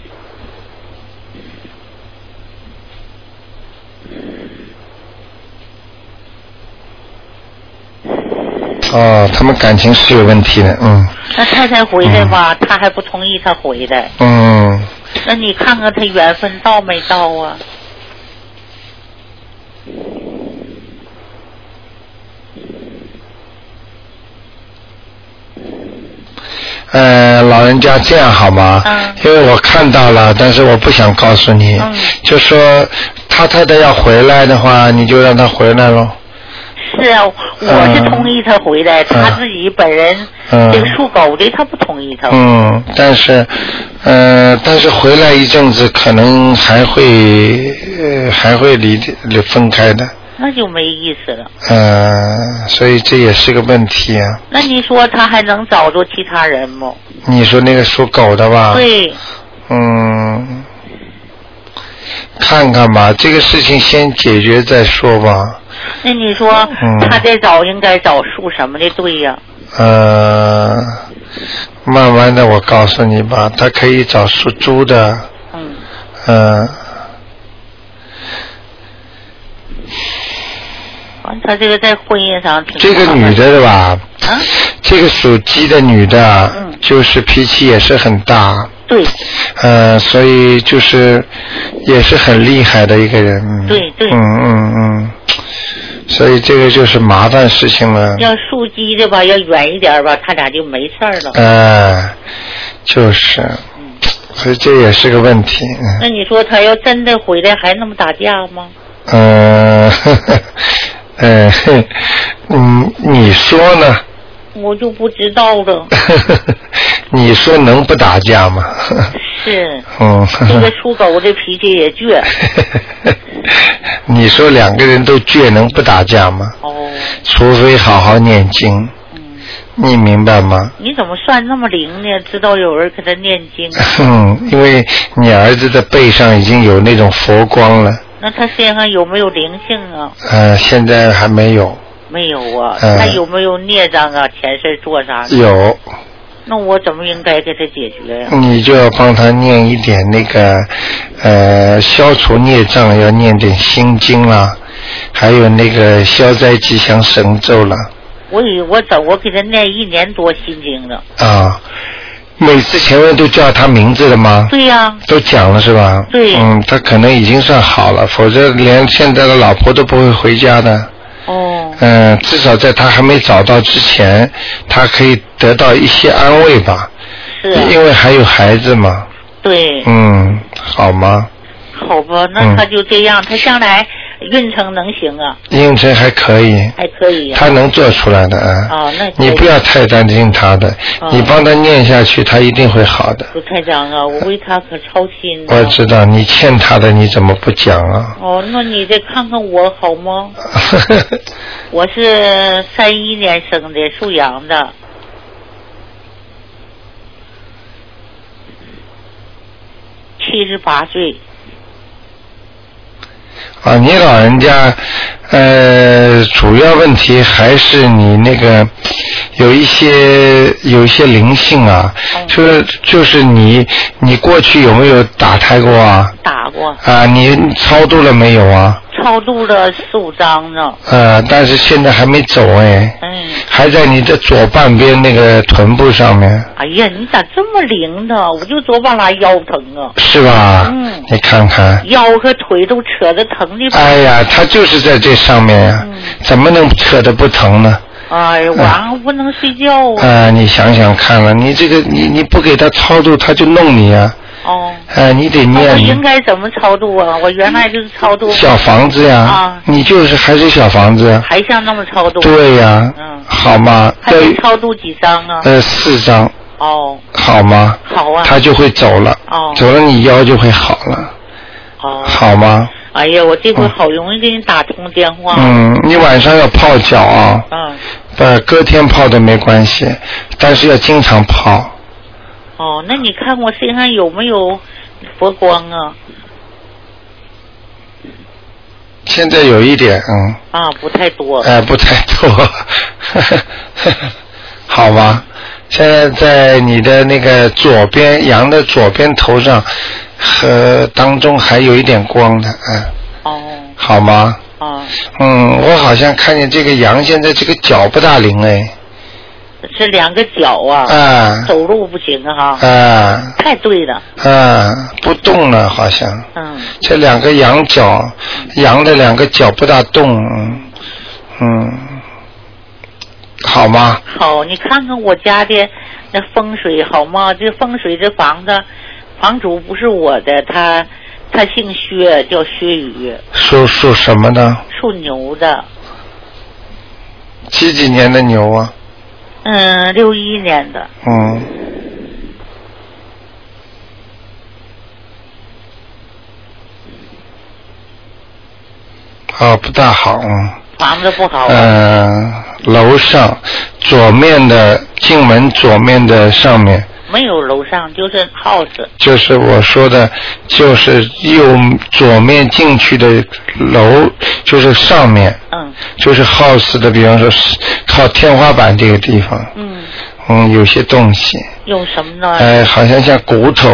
[SPEAKER 1] 哦，他们感情是有问题的，嗯
[SPEAKER 7] 那太太回来吧，他还不同意他回来。
[SPEAKER 1] 嗯，
[SPEAKER 7] 那你看看他缘分到没到啊？
[SPEAKER 1] 呃，老人家这样好吗？
[SPEAKER 7] 嗯
[SPEAKER 1] 因为我看到了，但是我不想告诉你，
[SPEAKER 7] 嗯
[SPEAKER 1] 就说他太太要回来的话，你就让他回来喽。
[SPEAKER 7] 是啊，我是同意他回来，他自己本人、
[SPEAKER 1] 嗯
[SPEAKER 7] 这个属狗的，他不同意他。
[SPEAKER 1] 嗯，但是，呃，但是回来一阵子，可能还会，呃，还会离离分开的，
[SPEAKER 7] 那就没意思了。
[SPEAKER 1] 呃，所以这也是个问题啊。
[SPEAKER 7] 那你说他还能找着其他人吗？
[SPEAKER 1] 你说那个属狗的吧？
[SPEAKER 7] 对，
[SPEAKER 1] 嗯，看看吧，这个事情先解决再说吧。
[SPEAKER 7] 那你说、
[SPEAKER 1] 嗯
[SPEAKER 7] 他再找应该找属什么的对呀、
[SPEAKER 1] 呃，慢慢的，我告诉你吧，他可以找属猪的，
[SPEAKER 7] 嗯，
[SPEAKER 1] 呃，
[SPEAKER 7] 完他这个在婚姻上挺
[SPEAKER 1] 这个
[SPEAKER 7] 麻烦
[SPEAKER 1] 女的是吧？
[SPEAKER 7] 啊，
[SPEAKER 1] 这个属鸡的女的
[SPEAKER 7] 嗯，
[SPEAKER 1] 就是脾气也是很大，
[SPEAKER 7] 对
[SPEAKER 1] 呃，所以就是也是很厉害的一个人。嗯
[SPEAKER 7] 对对
[SPEAKER 1] 嗯嗯嗯，所以这个就是麻烦事情了。
[SPEAKER 7] 要属鸡的吧，要远一点吧，他俩就没事儿了。
[SPEAKER 1] 哎，就是，
[SPEAKER 7] 嗯
[SPEAKER 1] 所以这也是个问题。
[SPEAKER 7] 那你说他要真的回来还那么打架吗？
[SPEAKER 1] 嗯，呃 呵呵呃，嘿嗯，你说呢？
[SPEAKER 7] 我就不知道了。
[SPEAKER 1] 你说能不打架吗？
[SPEAKER 7] 是，
[SPEAKER 1] 嗯，
[SPEAKER 7] 这个属狗的脾气也倔。
[SPEAKER 1] 你说两个人都倔，能不打架吗？
[SPEAKER 7] 哦，
[SPEAKER 1] 除非好好念经，
[SPEAKER 7] 嗯，
[SPEAKER 1] 你明白吗？
[SPEAKER 7] 你怎么算那么灵呢？知道有人跟他念经，
[SPEAKER 1] 嗯，因为你儿子的背上已经有那种佛光了，
[SPEAKER 7] 那他身上有没有灵性啊？
[SPEAKER 1] 呃，现在还没有，
[SPEAKER 7] 没有啊，
[SPEAKER 1] 嗯
[SPEAKER 7] 他有没有孽障啊？前世做啥？
[SPEAKER 1] 有，
[SPEAKER 7] 那我怎么应该给他解决呀、
[SPEAKER 1] 你就要帮他念一点那个，呃，消除孽障要念点心经啦，还有那个消灾吉祥神咒啦，
[SPEAKER 7] 我以我走，我给他念一年多心经了。
[SPEAKER 1] 啊，每次前面都叫他名字了吗？
[SPEAKER 7] 对呀、
[SPEAKER 1] 都讲了是吧？
[SPEAKER 7] 对
[SPEAKER 1] 嗯，他可能已经算好了，否则连现在的老婆都不会回家的。
[SPEAKER 7] 哦，
[SPEAKER 1] 嗯，至少在他还没找到之前，他可以得到一些安慰吧，
[SPEAKER 7] 是，啊
[SPEAKER 1] 因为还有孩子嘛。
[SPEAKER 7] 对，
[SPEAKER 1] 嗯，好吗？
[SPEAKER 7] 好吧，
[SPEAKER 1] 嗯
[SPEAKER 7] 那他就这样，他将来运程能行啊，
[SPEAKER 1] 应征还可以，
[SPEAKER 7] 还可以啊。
[SPEAKER 1] 他能做出来的啊。
[SPEAKER 7] 哦那可以
[SPEAKER 1] 你不要太担心他的，
[SPEAKER 7] 哦
[SPEAKER 1] 你帮他念下去，他一定会好的。
[SPEAKER 7] 卢台长啊，我为他可操心呢。
[SPEAKER 1] 我知道你欠他的，你怎么不讲啊？
[SPEAKER 7] 哦，那你再看看我好吗？我是三一年生的，属羊的。七十八岁，
[SPEAKER 1] 啊，你老人家，呃，主要问题还是你那个有一些有一些灵性啊，
[SPEAKER 7] 哦
[SPEAKER 1] 就是就是你你过去有没有打胎过啊？
[SPEAKER 7] 打过，
[SPEAKER 1] 啊，你超度了没有啊？
[SPEAKER 7] 超度了四五张呢。
[SPEAKER 1] 呃，但是现在还没走哎，
[SPEAKER 7] 嗯，
[SPEAKER 1] 还在你的左半边那个臀部上面，
[SPEAKER 7] 哎呀，你咋这么灵呢？我就左半拉腰疼啊，
[SPEAKER 1] 是吧？
[SPEAKER 7] 嗯
[SPEAKER 1] 你看看，
[SPEAKER 7] 腰和腿都扯得疼的。
[SPEAKER 1] 哎呀，他就是在这上面呀、
[SPEAKER 7] 嗯
[SPEAKER 1] 怎么能扯得不疼呢？
[SPEAKER 7] 哎呀，晚上不能睡觉啊。
[SPEAKER 1] 啊，你想想看了，你这个你你不给他超度，他就弄你啊！
[SPEAKER 7] 哦。
[SPEAKER 1] 啊，你得
[SPEAKER 7] 那我应
[SPEAKER 1] 念
[SPEAKER 7] 该怎么超度啊？我原来就是超度，
[SPEAKER 1] 小房子呀，
[SPEAKER 7] 啊
[SPEAKER 1] 你就是还是小房子呀，
[SPEAKER 7] 还像那么超度，
[SPEAKER 1] 对呀，
[SPEAKER 7] 嗯
[SPEAKER 1] 好吗？
[SPEAKER 7] 还得超度几张啊？
[SPEAKER 1] 呃四张，
[SPEAKER 7] 哦，
[SPEAKER 1] 好吗？
[SPEAKER 7] 好啊，
[SPEAKER 1] 他就会走了，
[SPEAKER 7] 哦
[SPEAKER 1] 走了你腰就会好了，
[SPEAKER 7] 哦，
[SPEAKER 1] 好吗？
[SPEAKER 7] 哎呀，我这回
[SPEAKER 1] 嗯
[SPEAKER 7] 好容易给你打通电话，
[SPEAKER 1] 嗯，你晚上要泡脚啊，
[SPEAKER 7] 嗯，
[SPEAKER 1] 呃，隔天泡的没关系，但是要经常泡。
[SPEAKER 7] 哦，那你看我身上有没有佛光啊？
[SPEAKER 1] 现在有一点，嗯。
[SPEAKER 7] 啊，不太多，
[SPEAKER 1] 哎，不太多，好吧。现在在你的那个左边羊的左边头上和当中还有一点光的，嗯，
[SPEAKER 7] 哦，
[SPEAKER 1] 好吗？
[SPEAKER 7] 哦，
[SPEAKER 1] 嗯，我好像看见这个羊现在这个脚不大灵哎，
[SPEAKER 7] 是两个脚啊，
[SPEAKER 1] 啊
[SPEAKER 7] 走路不行啊哈，
[SPEAKER 1] 啊
[SPEAKER 7] 太对了，
[SPEAKER 1] 啊，不动了好像，
[SPEAKER 7] 嗯，
[SPEAKER 1] 这两个羊角，羊的两个脚不大动，嗯，嗯好吗？
[SPEAKER 7] 好，你看看我家的那风水好吗？这风水这房子，房主不是我的，他他姓薛，叫薛宇，
[SPEAKER 1] 属属什么呢？
[SPEAKER 7] 属牛的，
[SPEAKER 1] 几几年的牛啊？
[SPEAKER 7] 嗯，六一年的，
[SPEAKER 1] 嗯，啊，不大好，嗯，
[SPEAKER 7] 房子不好啊、
[SPEAKER 1] 呃，楼上左面的进门左面的上面，
[SPEAKER 7] 没有楼上，就是 house，
[SPEAKER 1] 就是我说的，就是右左面进去的楼，就是上面，
[SPEAKER 7] 嗯
[SPEAKER 1] 就是 house 的，比方说是靠天花板这个地方，
[SPEAKER 7] 嗯，
[SPEAKER 1] 嗯，有些东西，
[SPEAKER 7] 有什么呢？
[SPEAKER 1] 哎，好像像骨头，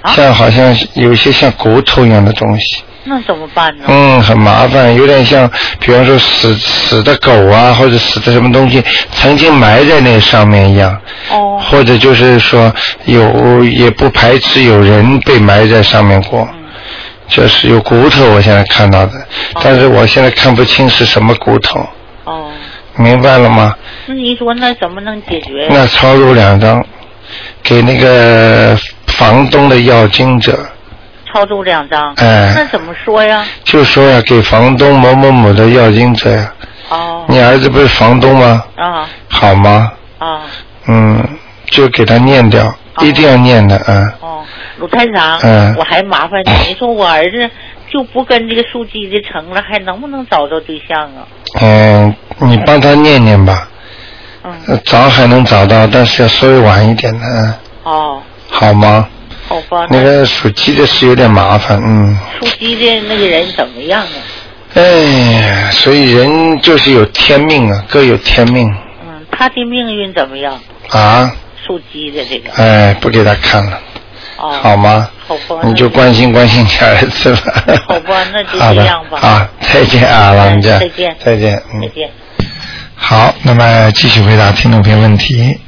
[SPEAKER 7] 啊
[SPEAKER 1] 像好像有一些像骨头一样的东西，
[SPEAKER 7] 那怎么办呢？
[SPEAKER 1] 嗯，很麻烦，有点像，比方说死死的狗啊，或者死的什么东西曾经埋在那上面一样，
[SPEAKER 7] 哦，
[SPEAKER 1] 或者就是说有也不排斥有人被埋在上面过，
[SPEAKER 7] 嗯
[SPEAKER 1] 就是有骨头，我现在看到的，但是我现在看不清是什么骨头，
[SPEAKER 7] 哦，
[SPEAKER 1] 明白了吗？
[SPEAKER 7] 那你说那怎么能解决？
[SPEAKER 1] 那超度两张，给那个房东的要经者。
[SPEAKER 7] 超度两张，
[SPEAKER 1] 哎
[SPEAKER 7] 那怎么说呀？
[SPEAKER 1] 就说呀、给房东某某某的要经者呀。
[SPEAKER 7] 哦，
[SPEAKER 1] 你儿子不是房东吗？
[SPEAKER 7] 啊
[SPEAKER 1] 好吗？
[SPEAKER 7] 啊
[SPEAKER 1] 嗯，就给他念掉，一定要念的啊。
[SPEAKER 7] 哦，鲁探长，
[SPEAKER 1] 嗯
[SPEAKER 7] 我还麻烦你，你说我儿子就不跟这个书记的成了，还能不能找着对象啊？
[SPEAKER 1] 嗯，你帮他念念吧，
[SPEAKER 7] 嗯，
[SPEAKER 1] 呃早还能找到，但是要稍微晚一点的，啊
[SPEAKER 7] 哦，
[SPEAKER 1] 好吗？
[SPEAKER 7] 好吧，
[SPEAKER 1] 那个属鸡的是有点麻烦，嗯，
[SPEAKER 7] 书记的那个人怎么样啊？
[SPEAKER 1] 哎呀，所以人就是有天命啊，各有天命
[SPEAKER 7] 嗯，他的命运怎么样？
[SPEAKER 1] 啊，
[SPEAKER 7] 属鸡的这个，
[SPEAKER 1] 哎，不给他看了，
[SPEAKER 7] 哦，
[SPEAKER 1] 好吗？
[SPEAKER 7] 好吧，
[SPEAKER 1] 你就关心关心你儿子吧。
[SPEAKER 7] 好吧那就
[SPEAKER 1] 好的
[SPEAKER 7] 这样吧
[SPEAKER 1] 啊，再见啊，老人家。
[SPEAKER 7] 哎再见
[SPEAKER 1] 再见。
[SPEAKER 7] 那
[SPEAKER 1] 嗯
[SPEAKER 7] 再。见。
[SPEAKER 1] 好，那么继续回答听众朋友问题。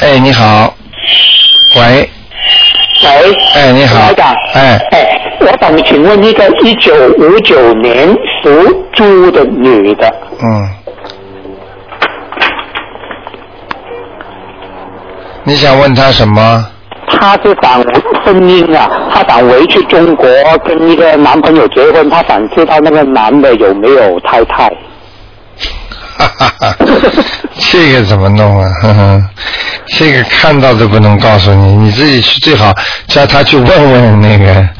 [SPEAKER 1] 哎，你好。喂。
[SPEAKER 8] 喂，
[SPEAKER 1] 哎，你好
[SPEAKER 8] 台长。
[SPEAKER 1] 哎
[SPEAKER 8] 哎，老板，请问那个一九五九年属
[SPEAKER 6] 租的女的，
[SPEAKER 1] 嗯。你想问他什么？
[SPEAKER 6] 她是想婚姻啊，她想回去中国跟一个男朋友结婚，她想知道那个男的有没有太 太。
[SPEAKER 1] 哈哈哈， 这个怎么弄啊？ 呵呵，这个看到都不能告诉你，你自己去最好叫他去问问那个。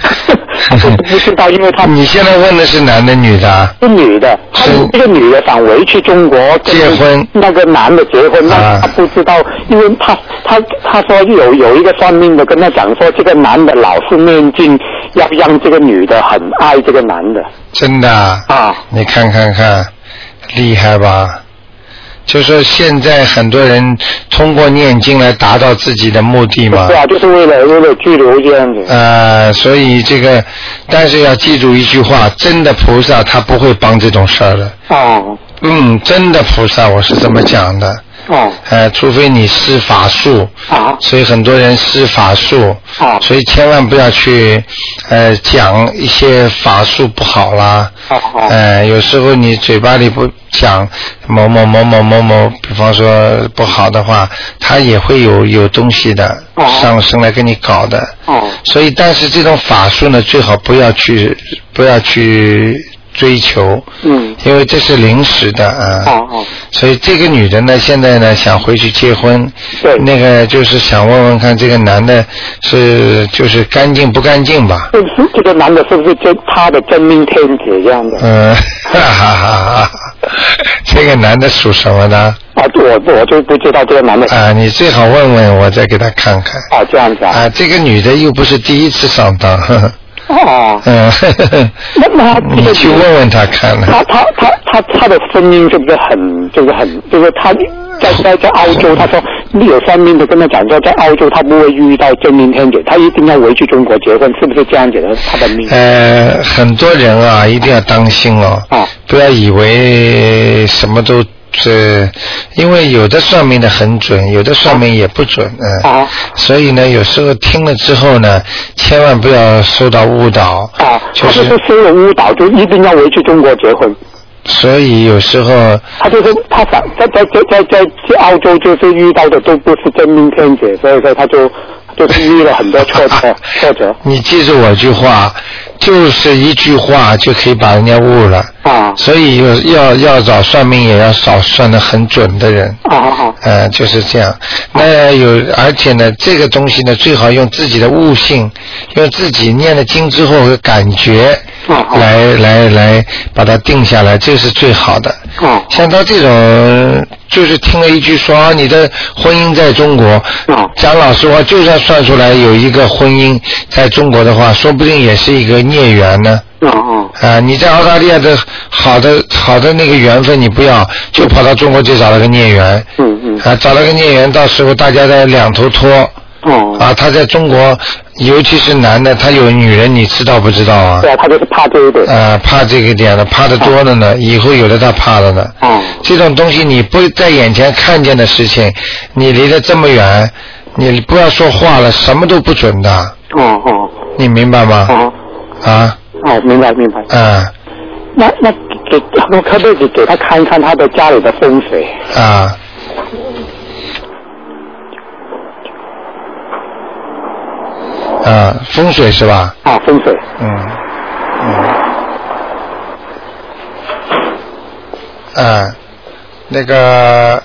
[SPEAKER 6] 我不知道，因为她
[SPEAKER 1] 你现在问的是男的女的啊？
[SPEAKER 6] 是女的，她
[SPEAKER 1] 是
[SPEAKER 6] 这个女的想回去中国跟
[SPEAKER 1] 结婚
[SPEAKER 6] 那个男的结婚，
[SPEAKER 1] 啊
[SPEAKER 6] 那她不知道，因为她她她说有有一个算命的跟她讲说，这个男的老是念经，要让这个女的很爱这个男的
[SPEAKER 1] 真的啊？
[SPEAKER 6] 啊，
[SPEAKER 1] 你看看看，厉害吧？就是现在很多人通过念经来达到自己的目的嘛。
[SPEAKER 6] 对啊，就是为了为了拘留这样子，
[SPEAKER 1] 呃，所以这个，但是要记住一句话：真的菩萨他不会帮这种事儿的。
[SPEAKER 6] 哦
[SPEAKER 1] 嗯，真的菩萨，我是这么讲的。
[SPEAKER 6] 哦
[SPEAKER 1] 呃，除非你施法术，
[SPEAKER 6] 啊
[SPEAKER 1] 所以很多人施法术，
[SPEAKER 6] 啊
[SPEAKER 1] 所以千万不要去呃讲一些法术不好啦。
[SPEAKER 6] 哦哦
[SPEAKER 1] 呃，有时候你嘴巴里不讲某某某某某某，比方说不好的话，他也会有有东西的
[SPEAKER 6] 哦
[SPEAKER 1] 上升来跟你搞的。
[SPEAKER 6] 哦
[SPEAKER 1] 所以，但是这种法术呢，最好不要去不要去追求，
[SPEAKER 6] 嗯
[SPEAKER 1] 因为这是临时的啊。
[SPEAKER 6] 哦哦
[SPEAKER 1] 所以这个女的呢，现在呢想回去结婚，
[SPEAKER 6] 对
[SPEAKER 1] 那个就是想问问看这个男的是就是干净不干净吧？
[SPEAKER 6] 这这个男的是不是真他的真命天子这样的？
[SPEAKER 1] 嗯，哈哈 哈哈，这个男的属什么的？
[SPEAKER 6] 啊，我我就不知道这个男的
[SPEAKER 1] 啊，你最好问问我，再给他看看。
[SPEAKER 6] 啊这样子啊，
[SPEAKER 1] 啊，这个女的又不是第一次上当，呵呵
[SPEAKER 6] 哦，
[SPEAKER 1] 嗯，呵呵
[SPEAKER 6] 那么 这
[SPEAKER 1] 你
[SPEAKER 6] 个
[SPEAKER 1] 去问问他看了。
[SPEAKER 6] 他他他他他的声音是不是很就是很就是他在在在澳洲，他说你有算命的跟他讲说，在澳洲他不会遇到真命天子，他一定要回去中国结婚，是不是这样子的？他的命
[SPEAKER 1] 呃，很多人啊，一定要当心哦，
[SPEAKER 6] 哦
[SPEAKER 1] 不要以为什么都这，因为有的算命的很准，有的算命也不准，嗯、
[SPEAKER 6] 啊
[SPEAKER 1] 所以呢，有时候听了之后呢，千万不要受到误导，
[SPEAKER 6] 啊，
[SPEAKER 1] 就
[SPEAKER 6] 他
[SPEAKER 1] 是
[SPEAKER 6] 就，是受了误导，就一定要回去中国结婚。
[SPEAKER 1] 所以有时候
[SPEAKER 6] 他就是他想在在在在在在澳洲就是遇到的都不是真命天子，所以说他就就是遇了很多挫折挫折
[SPEAKER 1] 啊你记住我句话，就是一句话就可以把人家误了，
[SPEAKER 6] 啊
[SPEAKER 1] 所以有要要找算命也要找算的很准的人。
[SPEAKER 6] 啊啊
[SPEAKER 1] 呃，就是这样。那有，而且呢，这个东西呢，最好用自己的悟性，用自己念了经之后的感觉
[SPEAKER 6] 啊啊
[SPEAKER 1] 来来来把它定下来，这是最好的。
[SPEAKER 6] 啊
[SPEAKER 1] 像他这种，就是听了一句说、啊你的婚姻在中国，
[SPEAKER 6] 啊
[SPEAKER 1] 讲老实话，就算算出来有一个婚姻在中国的话，说不定也是一个孽缘呢。
[SPEAKER 6] 啊啊！
[SPEAKER 1] 啊，你在澳大利亚的好的好的那个缘分你不要，就跑到中国去找了个孽缘。
[SPEAKER 6] 嗯嗯
[SPEAKER 1] 啊，找了个孽缘，到时候大家在两头拖
[SPEAKER 6] 哦。
[SPEAKER 1] 啊。他在中国，尤其是男的，他有女人，你知道不知道啊
[SPEAKER 6] 对？啊，他就是怕这一点。
[SPEAKER 1] 啊，怕这个点了，怕的多了呢，以后有的他怕了呢。
[SPEAKER 6] 哦
[SPEAKER 1] 这种东西你不在眼前看见的事情，你离得这么远，你不要说话了，什么都不准的，
[SPEAKER 6] 哦哦
[SPEAKER 1] 你明白吗？
[SPEAKER 6] 哦
[SPEAKER 1] 啊，
[SPEAKER 6] 哦，明白明白。
[SPEAKER 1] 啊
[SPEAKER 6] 那那给我可不可以给给他看一看他的家里的风水？
[SPEAKER 1] 啊，啊，风水是吧？
[SPEAKER 6] 啊，风水
[SPEAKER 1] 嗯，嗯，啊，那个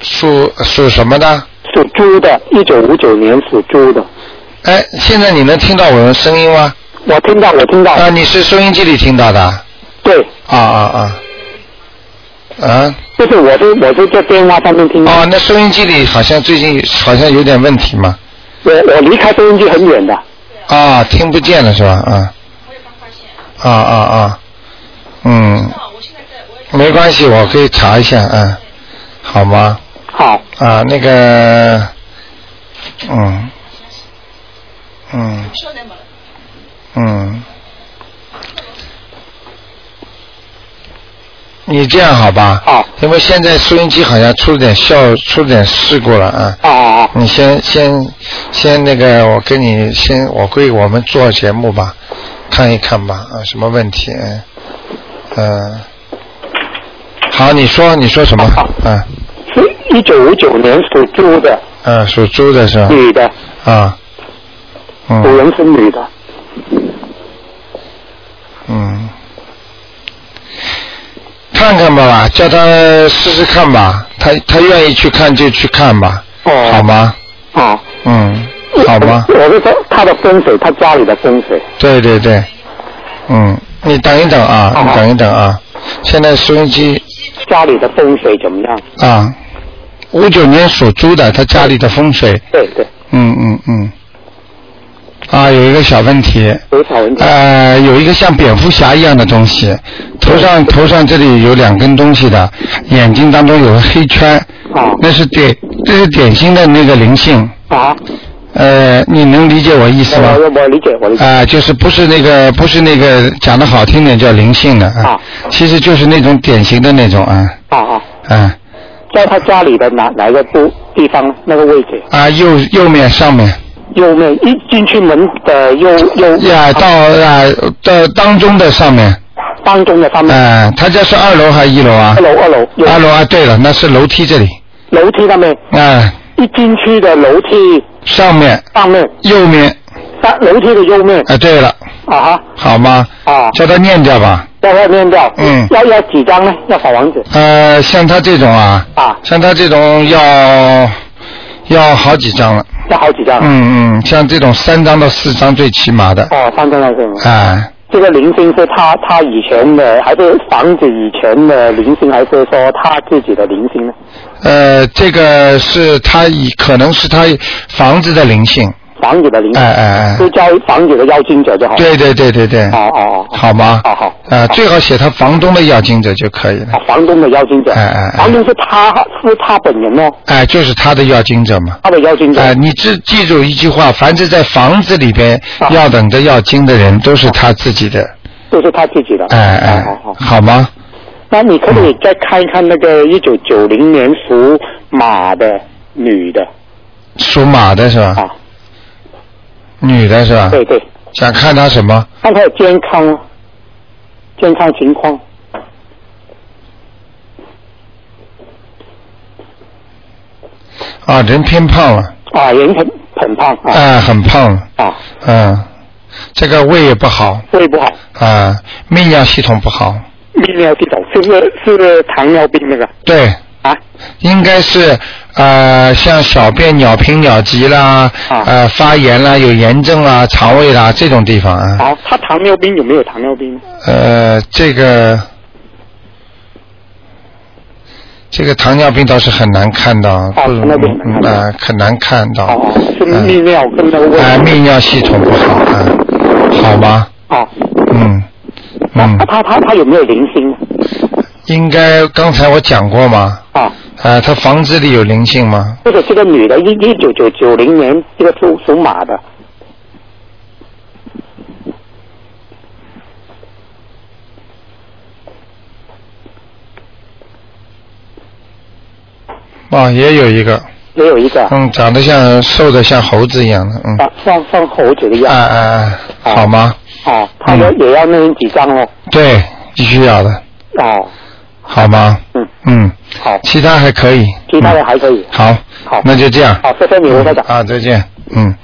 [SPEAKER 1] 属属什么的？
[SPEAKER 6] 属猪的，一九五九年属猪的。
[SPEAKER 1] 哎，现在你能听到我的声音吗？
[SPEAKER 6] 我听到，我听到，
[SPEAKER 1] 啊，你是收音机里听到的？啊
[SPEAKER 6] 对，
[SPEAKER 1] 啊啊！啊，
[SPEAKER 6] 就是我是我是在电话上面听到，
[SPEAKER 1] 哦，那收音机里好像最近好像有点问题嘛？
[SPEAKER 6] 我我离开收音机很远的。
[SPEAKER 1] 啊，听不见了是吧？啊。啊啊啊！嗯，没关系，我可以查一下，嗯，好吗？
[SPEAKER 6] 好，
[SPEAKER 1] 啊，那个，嗯，嗯，嗯，你这样好吧？
[SPEAKER 6] 好，
[SPEAKER 1] 因为现在收音机好像出了点效，出了点事故了啊。
[SPEAKER 6] 啊啊
[SPEAKER 1] 你先先先那个，我跟你先，我归我们做节目吧，看一看吧，啊，什么问题？嗯嗯。好，你说你说什么？嗯
[SPEAKER 6] 是一九五九年属猪的
[SPEAKER 1] 嗯，属猪的是吧？
[SPEAKER 6] 女的，
[SPEAKER 1] 啊。
[SPEAKER 6] 主
[SPEAKER 1] 嗯
[SPEAKER 6] 人是女的，
[SPEAKER 1] 嗯。看看吧，叫他试试看吧，他他愿意去看就去看吧，
[SPEAKER 6] 哦，
[SPEAKER 1] 好？吗？
[SPEAKER 6] 哦，
[SPEAKER 1] 嗯，好吗？
[SPEAKER 6] 我是说他的风水，他家里的风水。
[SPEAKER 1] 对对对，嗯，你等一等啊，
[SPEAKER 6] 好
[SPEAKER 1] 你等一等啊，现在收音机
[SPEAKER 6] 家里的风水怎么样？
[SPEAKER 1] 啊，五九年属猪的，他家里的风水，
[SPEAKER 6] 对对，
[SPEAKER 1] 嗯嗯嗯，啊，有一个小问题，
[SPEAKER 6] 有小人家。
[SPEAKER 1] 呃，有一个像蝙蝠侠一样的东西，头上头上这里有两根东西的，眼睛当中有个黑圈，
[SPEAKER 6] 哦
[SPEAKER 1] 那是典这是典型的那个灵性，
[SPEAKER 6] 啊，
[SPEAKER 1] 呃，你能理解我意思吗
[SPEAKER 6] 我？我我理解，我理解。
[SPEAKER 1] 嗯啊、就是不是那个，不是那个，讲的好听点叫灵性的啊
[SPEAKER 6] 啊，
[SPEAKER 1] 其实就是那种典型的那种啊，
[SPEAKER 6] 啊啊，
[SPEAKER 1] 啊
[SPEAKER 6] 在他家里的哪哪一个部地方那个位置？
[SPEAKER 1] 啊，右右面上面
[SPEAKER 6] 右面一进去门的右右
[SPEAKER 1] 呀、到啊到当中的上面，
[SPEAKER 6] 当中的上面，
[SPEAKER 1] 啊，他家是二楼还是一楼啊
[SPEAKER 6] 二？楼二楼有
[SPEAKER 1] 二楼啊，对了，那是楼梯这里，
[SPEAKER 6] 楼梯上面，
[SPEAKER 1] 啊，
[SPEAKER 6] 一进去的楼梯
[SPEAKER 1] 上面
[SPEAKER 6] 上面，
[SPEAKER 1] 右面，
[SPEAKER 6] 上楼梯的右面
[SPEAKER 1] 啊，对了，
[SPEAKER 6] 啊哈
[SPEAKER 1] 好吗？
[SPEAKER 6] 啊，
[SPEAKER 1] 叫他念掉吧，
[SPEAKER 6] 要要念掉，
[SPEAKER 1] 嗯
[SPEAKER 6] 要要几张呢？要小王子
[SPEAKER 1] 呃，像他这种啊，
[SPEAKER 6] 啊，
[SPEAKER 1] 像他这种要要好几张了。
[SPEAKER 6] 要好几张，
[SPEAKER 1] 嗯嗯，像这种三张到四张最起码的，
[SPEAKER 6] 哦，三张那是吗？
[SPEAKER 1] 哎，
[SPEAKER 6] 这个灵性是他他以前的，还是房子以前的灵性，还是说他自己的灵性呢？
[SPEAKER 1] 呃，这个是他以可能是他房子的灵性，
[SPEAKER 6] 房子的灵性，
[SPEAKER 1] 哎哎
[SPEAKER 6] 就
[SPEAKER 1] 哎，
[SPEAKER 6] 交房子的邀请者就嗯好。，
[SPEAKER 1] 对对对对对，
[SPEAKER 6] 哦哦哦，
[SPEAKER 1] 好吗？
[SPEAKER 6] 好好
[SPEAKER 1] 呃，最好写他房东的要经者就可以了
[SPEAKER 6] 啊，，房东的邀请者，
[SPEAKER 1] 哎哎哎
[SPEAKER 6] 房东是他是他本人哦，
[SPEAKER 1] 哎，就是他的要经者嘛。
[SPEAKER 6] 他的邀请者。
[SPEAKER 1] 哎，你记记住一句话，凡是在房子里边
[SPEAKER 6] 啊
[SPEAKER 1] 要等着要经的人，都是他自己的，
[SPEAKER 6] 就是他自己的。
[SPEAKER 1] 哎哎
[SPEAKER 6] 好好，好。
[SPEAKER 1] 好吗？
[SPEAKER 6] 那你可不可以再看一看那个一九九零年属马的女的
[SPEAKER 1] 属马的是吧？
[SPEAKER 6] 啊？
[SPEAKER 1] 女的是吧？
[SPEAKER 6] 对对，
[SPEAKER 1] 想看他什么？
[SPEAKER 6] 看她的健康，健康情况。
[SPEAKER 1] 啊，人偏胖了，
[SPEAKER 6] 啊，人很很胖啊
[SPEAKER 1] 哎，很胖了。
[SPEAKER 6] 啊，
[SPEAKER 1] 嗯，这个胃也不好
[SPEAKER 6] 胃不好，
[SPEAKER 1] 啊，泌尿系统不好，
[SPEAKER 6] 泌尿系统是不是是不是糖尿病那个
[SPEAKER 1] 对，
[SPEAKER 6] 啊？
[SPEAKER 1] 应该是呃像小便鸟频鸟急啦，
[SPEAKER 6] 啊
[SPEAKER 1] 呃发炎啦，有炎症啦，肠胃啦这种地方啊，
[SPEAKER 6] 好，他糖尿病有没有糖尿病呢？
[SPEAKER 1] 呃这个这个糖尿病倒是很难看到，
[SPEAKER 6] 哦糖尿病
[SPEAKER 1] 嗯
[SPEAKER 6] 很难看到
[SPEAKER 1] 呃很难看到，
[SPEAKER 6] 哦，哦是
[SPEAKER 1] 嗯
[SPEAKER 6] 泌尿跟那个胃。
[SPEAKER 1] 哎泌尿系统不好啊，好吗？
[SPEAKER 6] 哦，
[SPEAKER 1] 嗯
[SPEAKER 6] 那
[SPEAKER 1] 嗯，
[SPEAKER 6] 他他他他有没有零星呢？
[SPEAKER 1] 应该刚才我讲过嘛。
[SPEAKER 6] 啊，
[SPEAKER 1] 啊，他房子里有灵性吗？
[SPEAKER 6] 或者这个女的，一一九九九零年，这个属属马的，
[SPEAKER 1] 哦，也有一个，
[SPEAKER 6] 也有一个啊，
[SPEAKER 1] 嗯，长得像瘦的像猴子一样的，嗯，
[SPEAKER 6] 像像猴子的
[SPEAKER 1] 啊
[SPEAKER 6] 啊样，
[SPEAKER 1] 啊，啊好吗？
[SPEAKER 6] 哦，他要
[SPEAKER 1] 嗯
[SPEAKER 6] 也要那几张哦，
[SPEAKER 1] 对，必须要的，
[SPEAKER 6] 哦，
[SPEAKER 1] 好吗？
[SPEAKER 6] 嗯
[SPEAKER 1] 嗯，
[SPEAKER 6] 好，
[SPEAKER 1] 其他还可以，
[SPEAKER 6] 其他的
[SPEAKER 1] 嗯
[SPEAKER 6] 还可以，
[SPEAKER 1] 好，
[SPEAKER 6] 好
[SPEAKER 1] 那就这样。
[SPEAKER 6] 好，谢谢你，吴科长。
[SPEAKER 1] 啊，再见。嗯。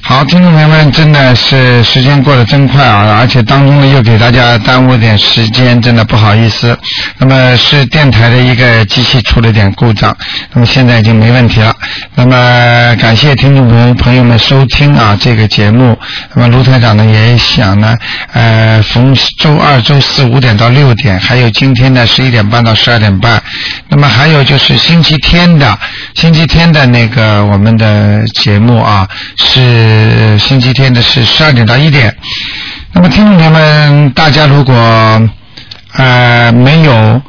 [SPEAKER 1] 好，听众朋友们，真的是时间过得真快啊，而且当中呢又给大家耽误点时间，真的不好意思。那么是电台的一个机器出了点故障，那么现在已经没问题了。那么感谢听众朋友朋友们收听啊这个节目。那么卢台长呢也想呢，呃，逢周二、周四五点到六点，还有今天的十一点半到十二点半。那么还有就是星期天的，星期天的那个我们的节目啊，是星期天的是十二点到一点。那么听众朋友们，大家如果呃没有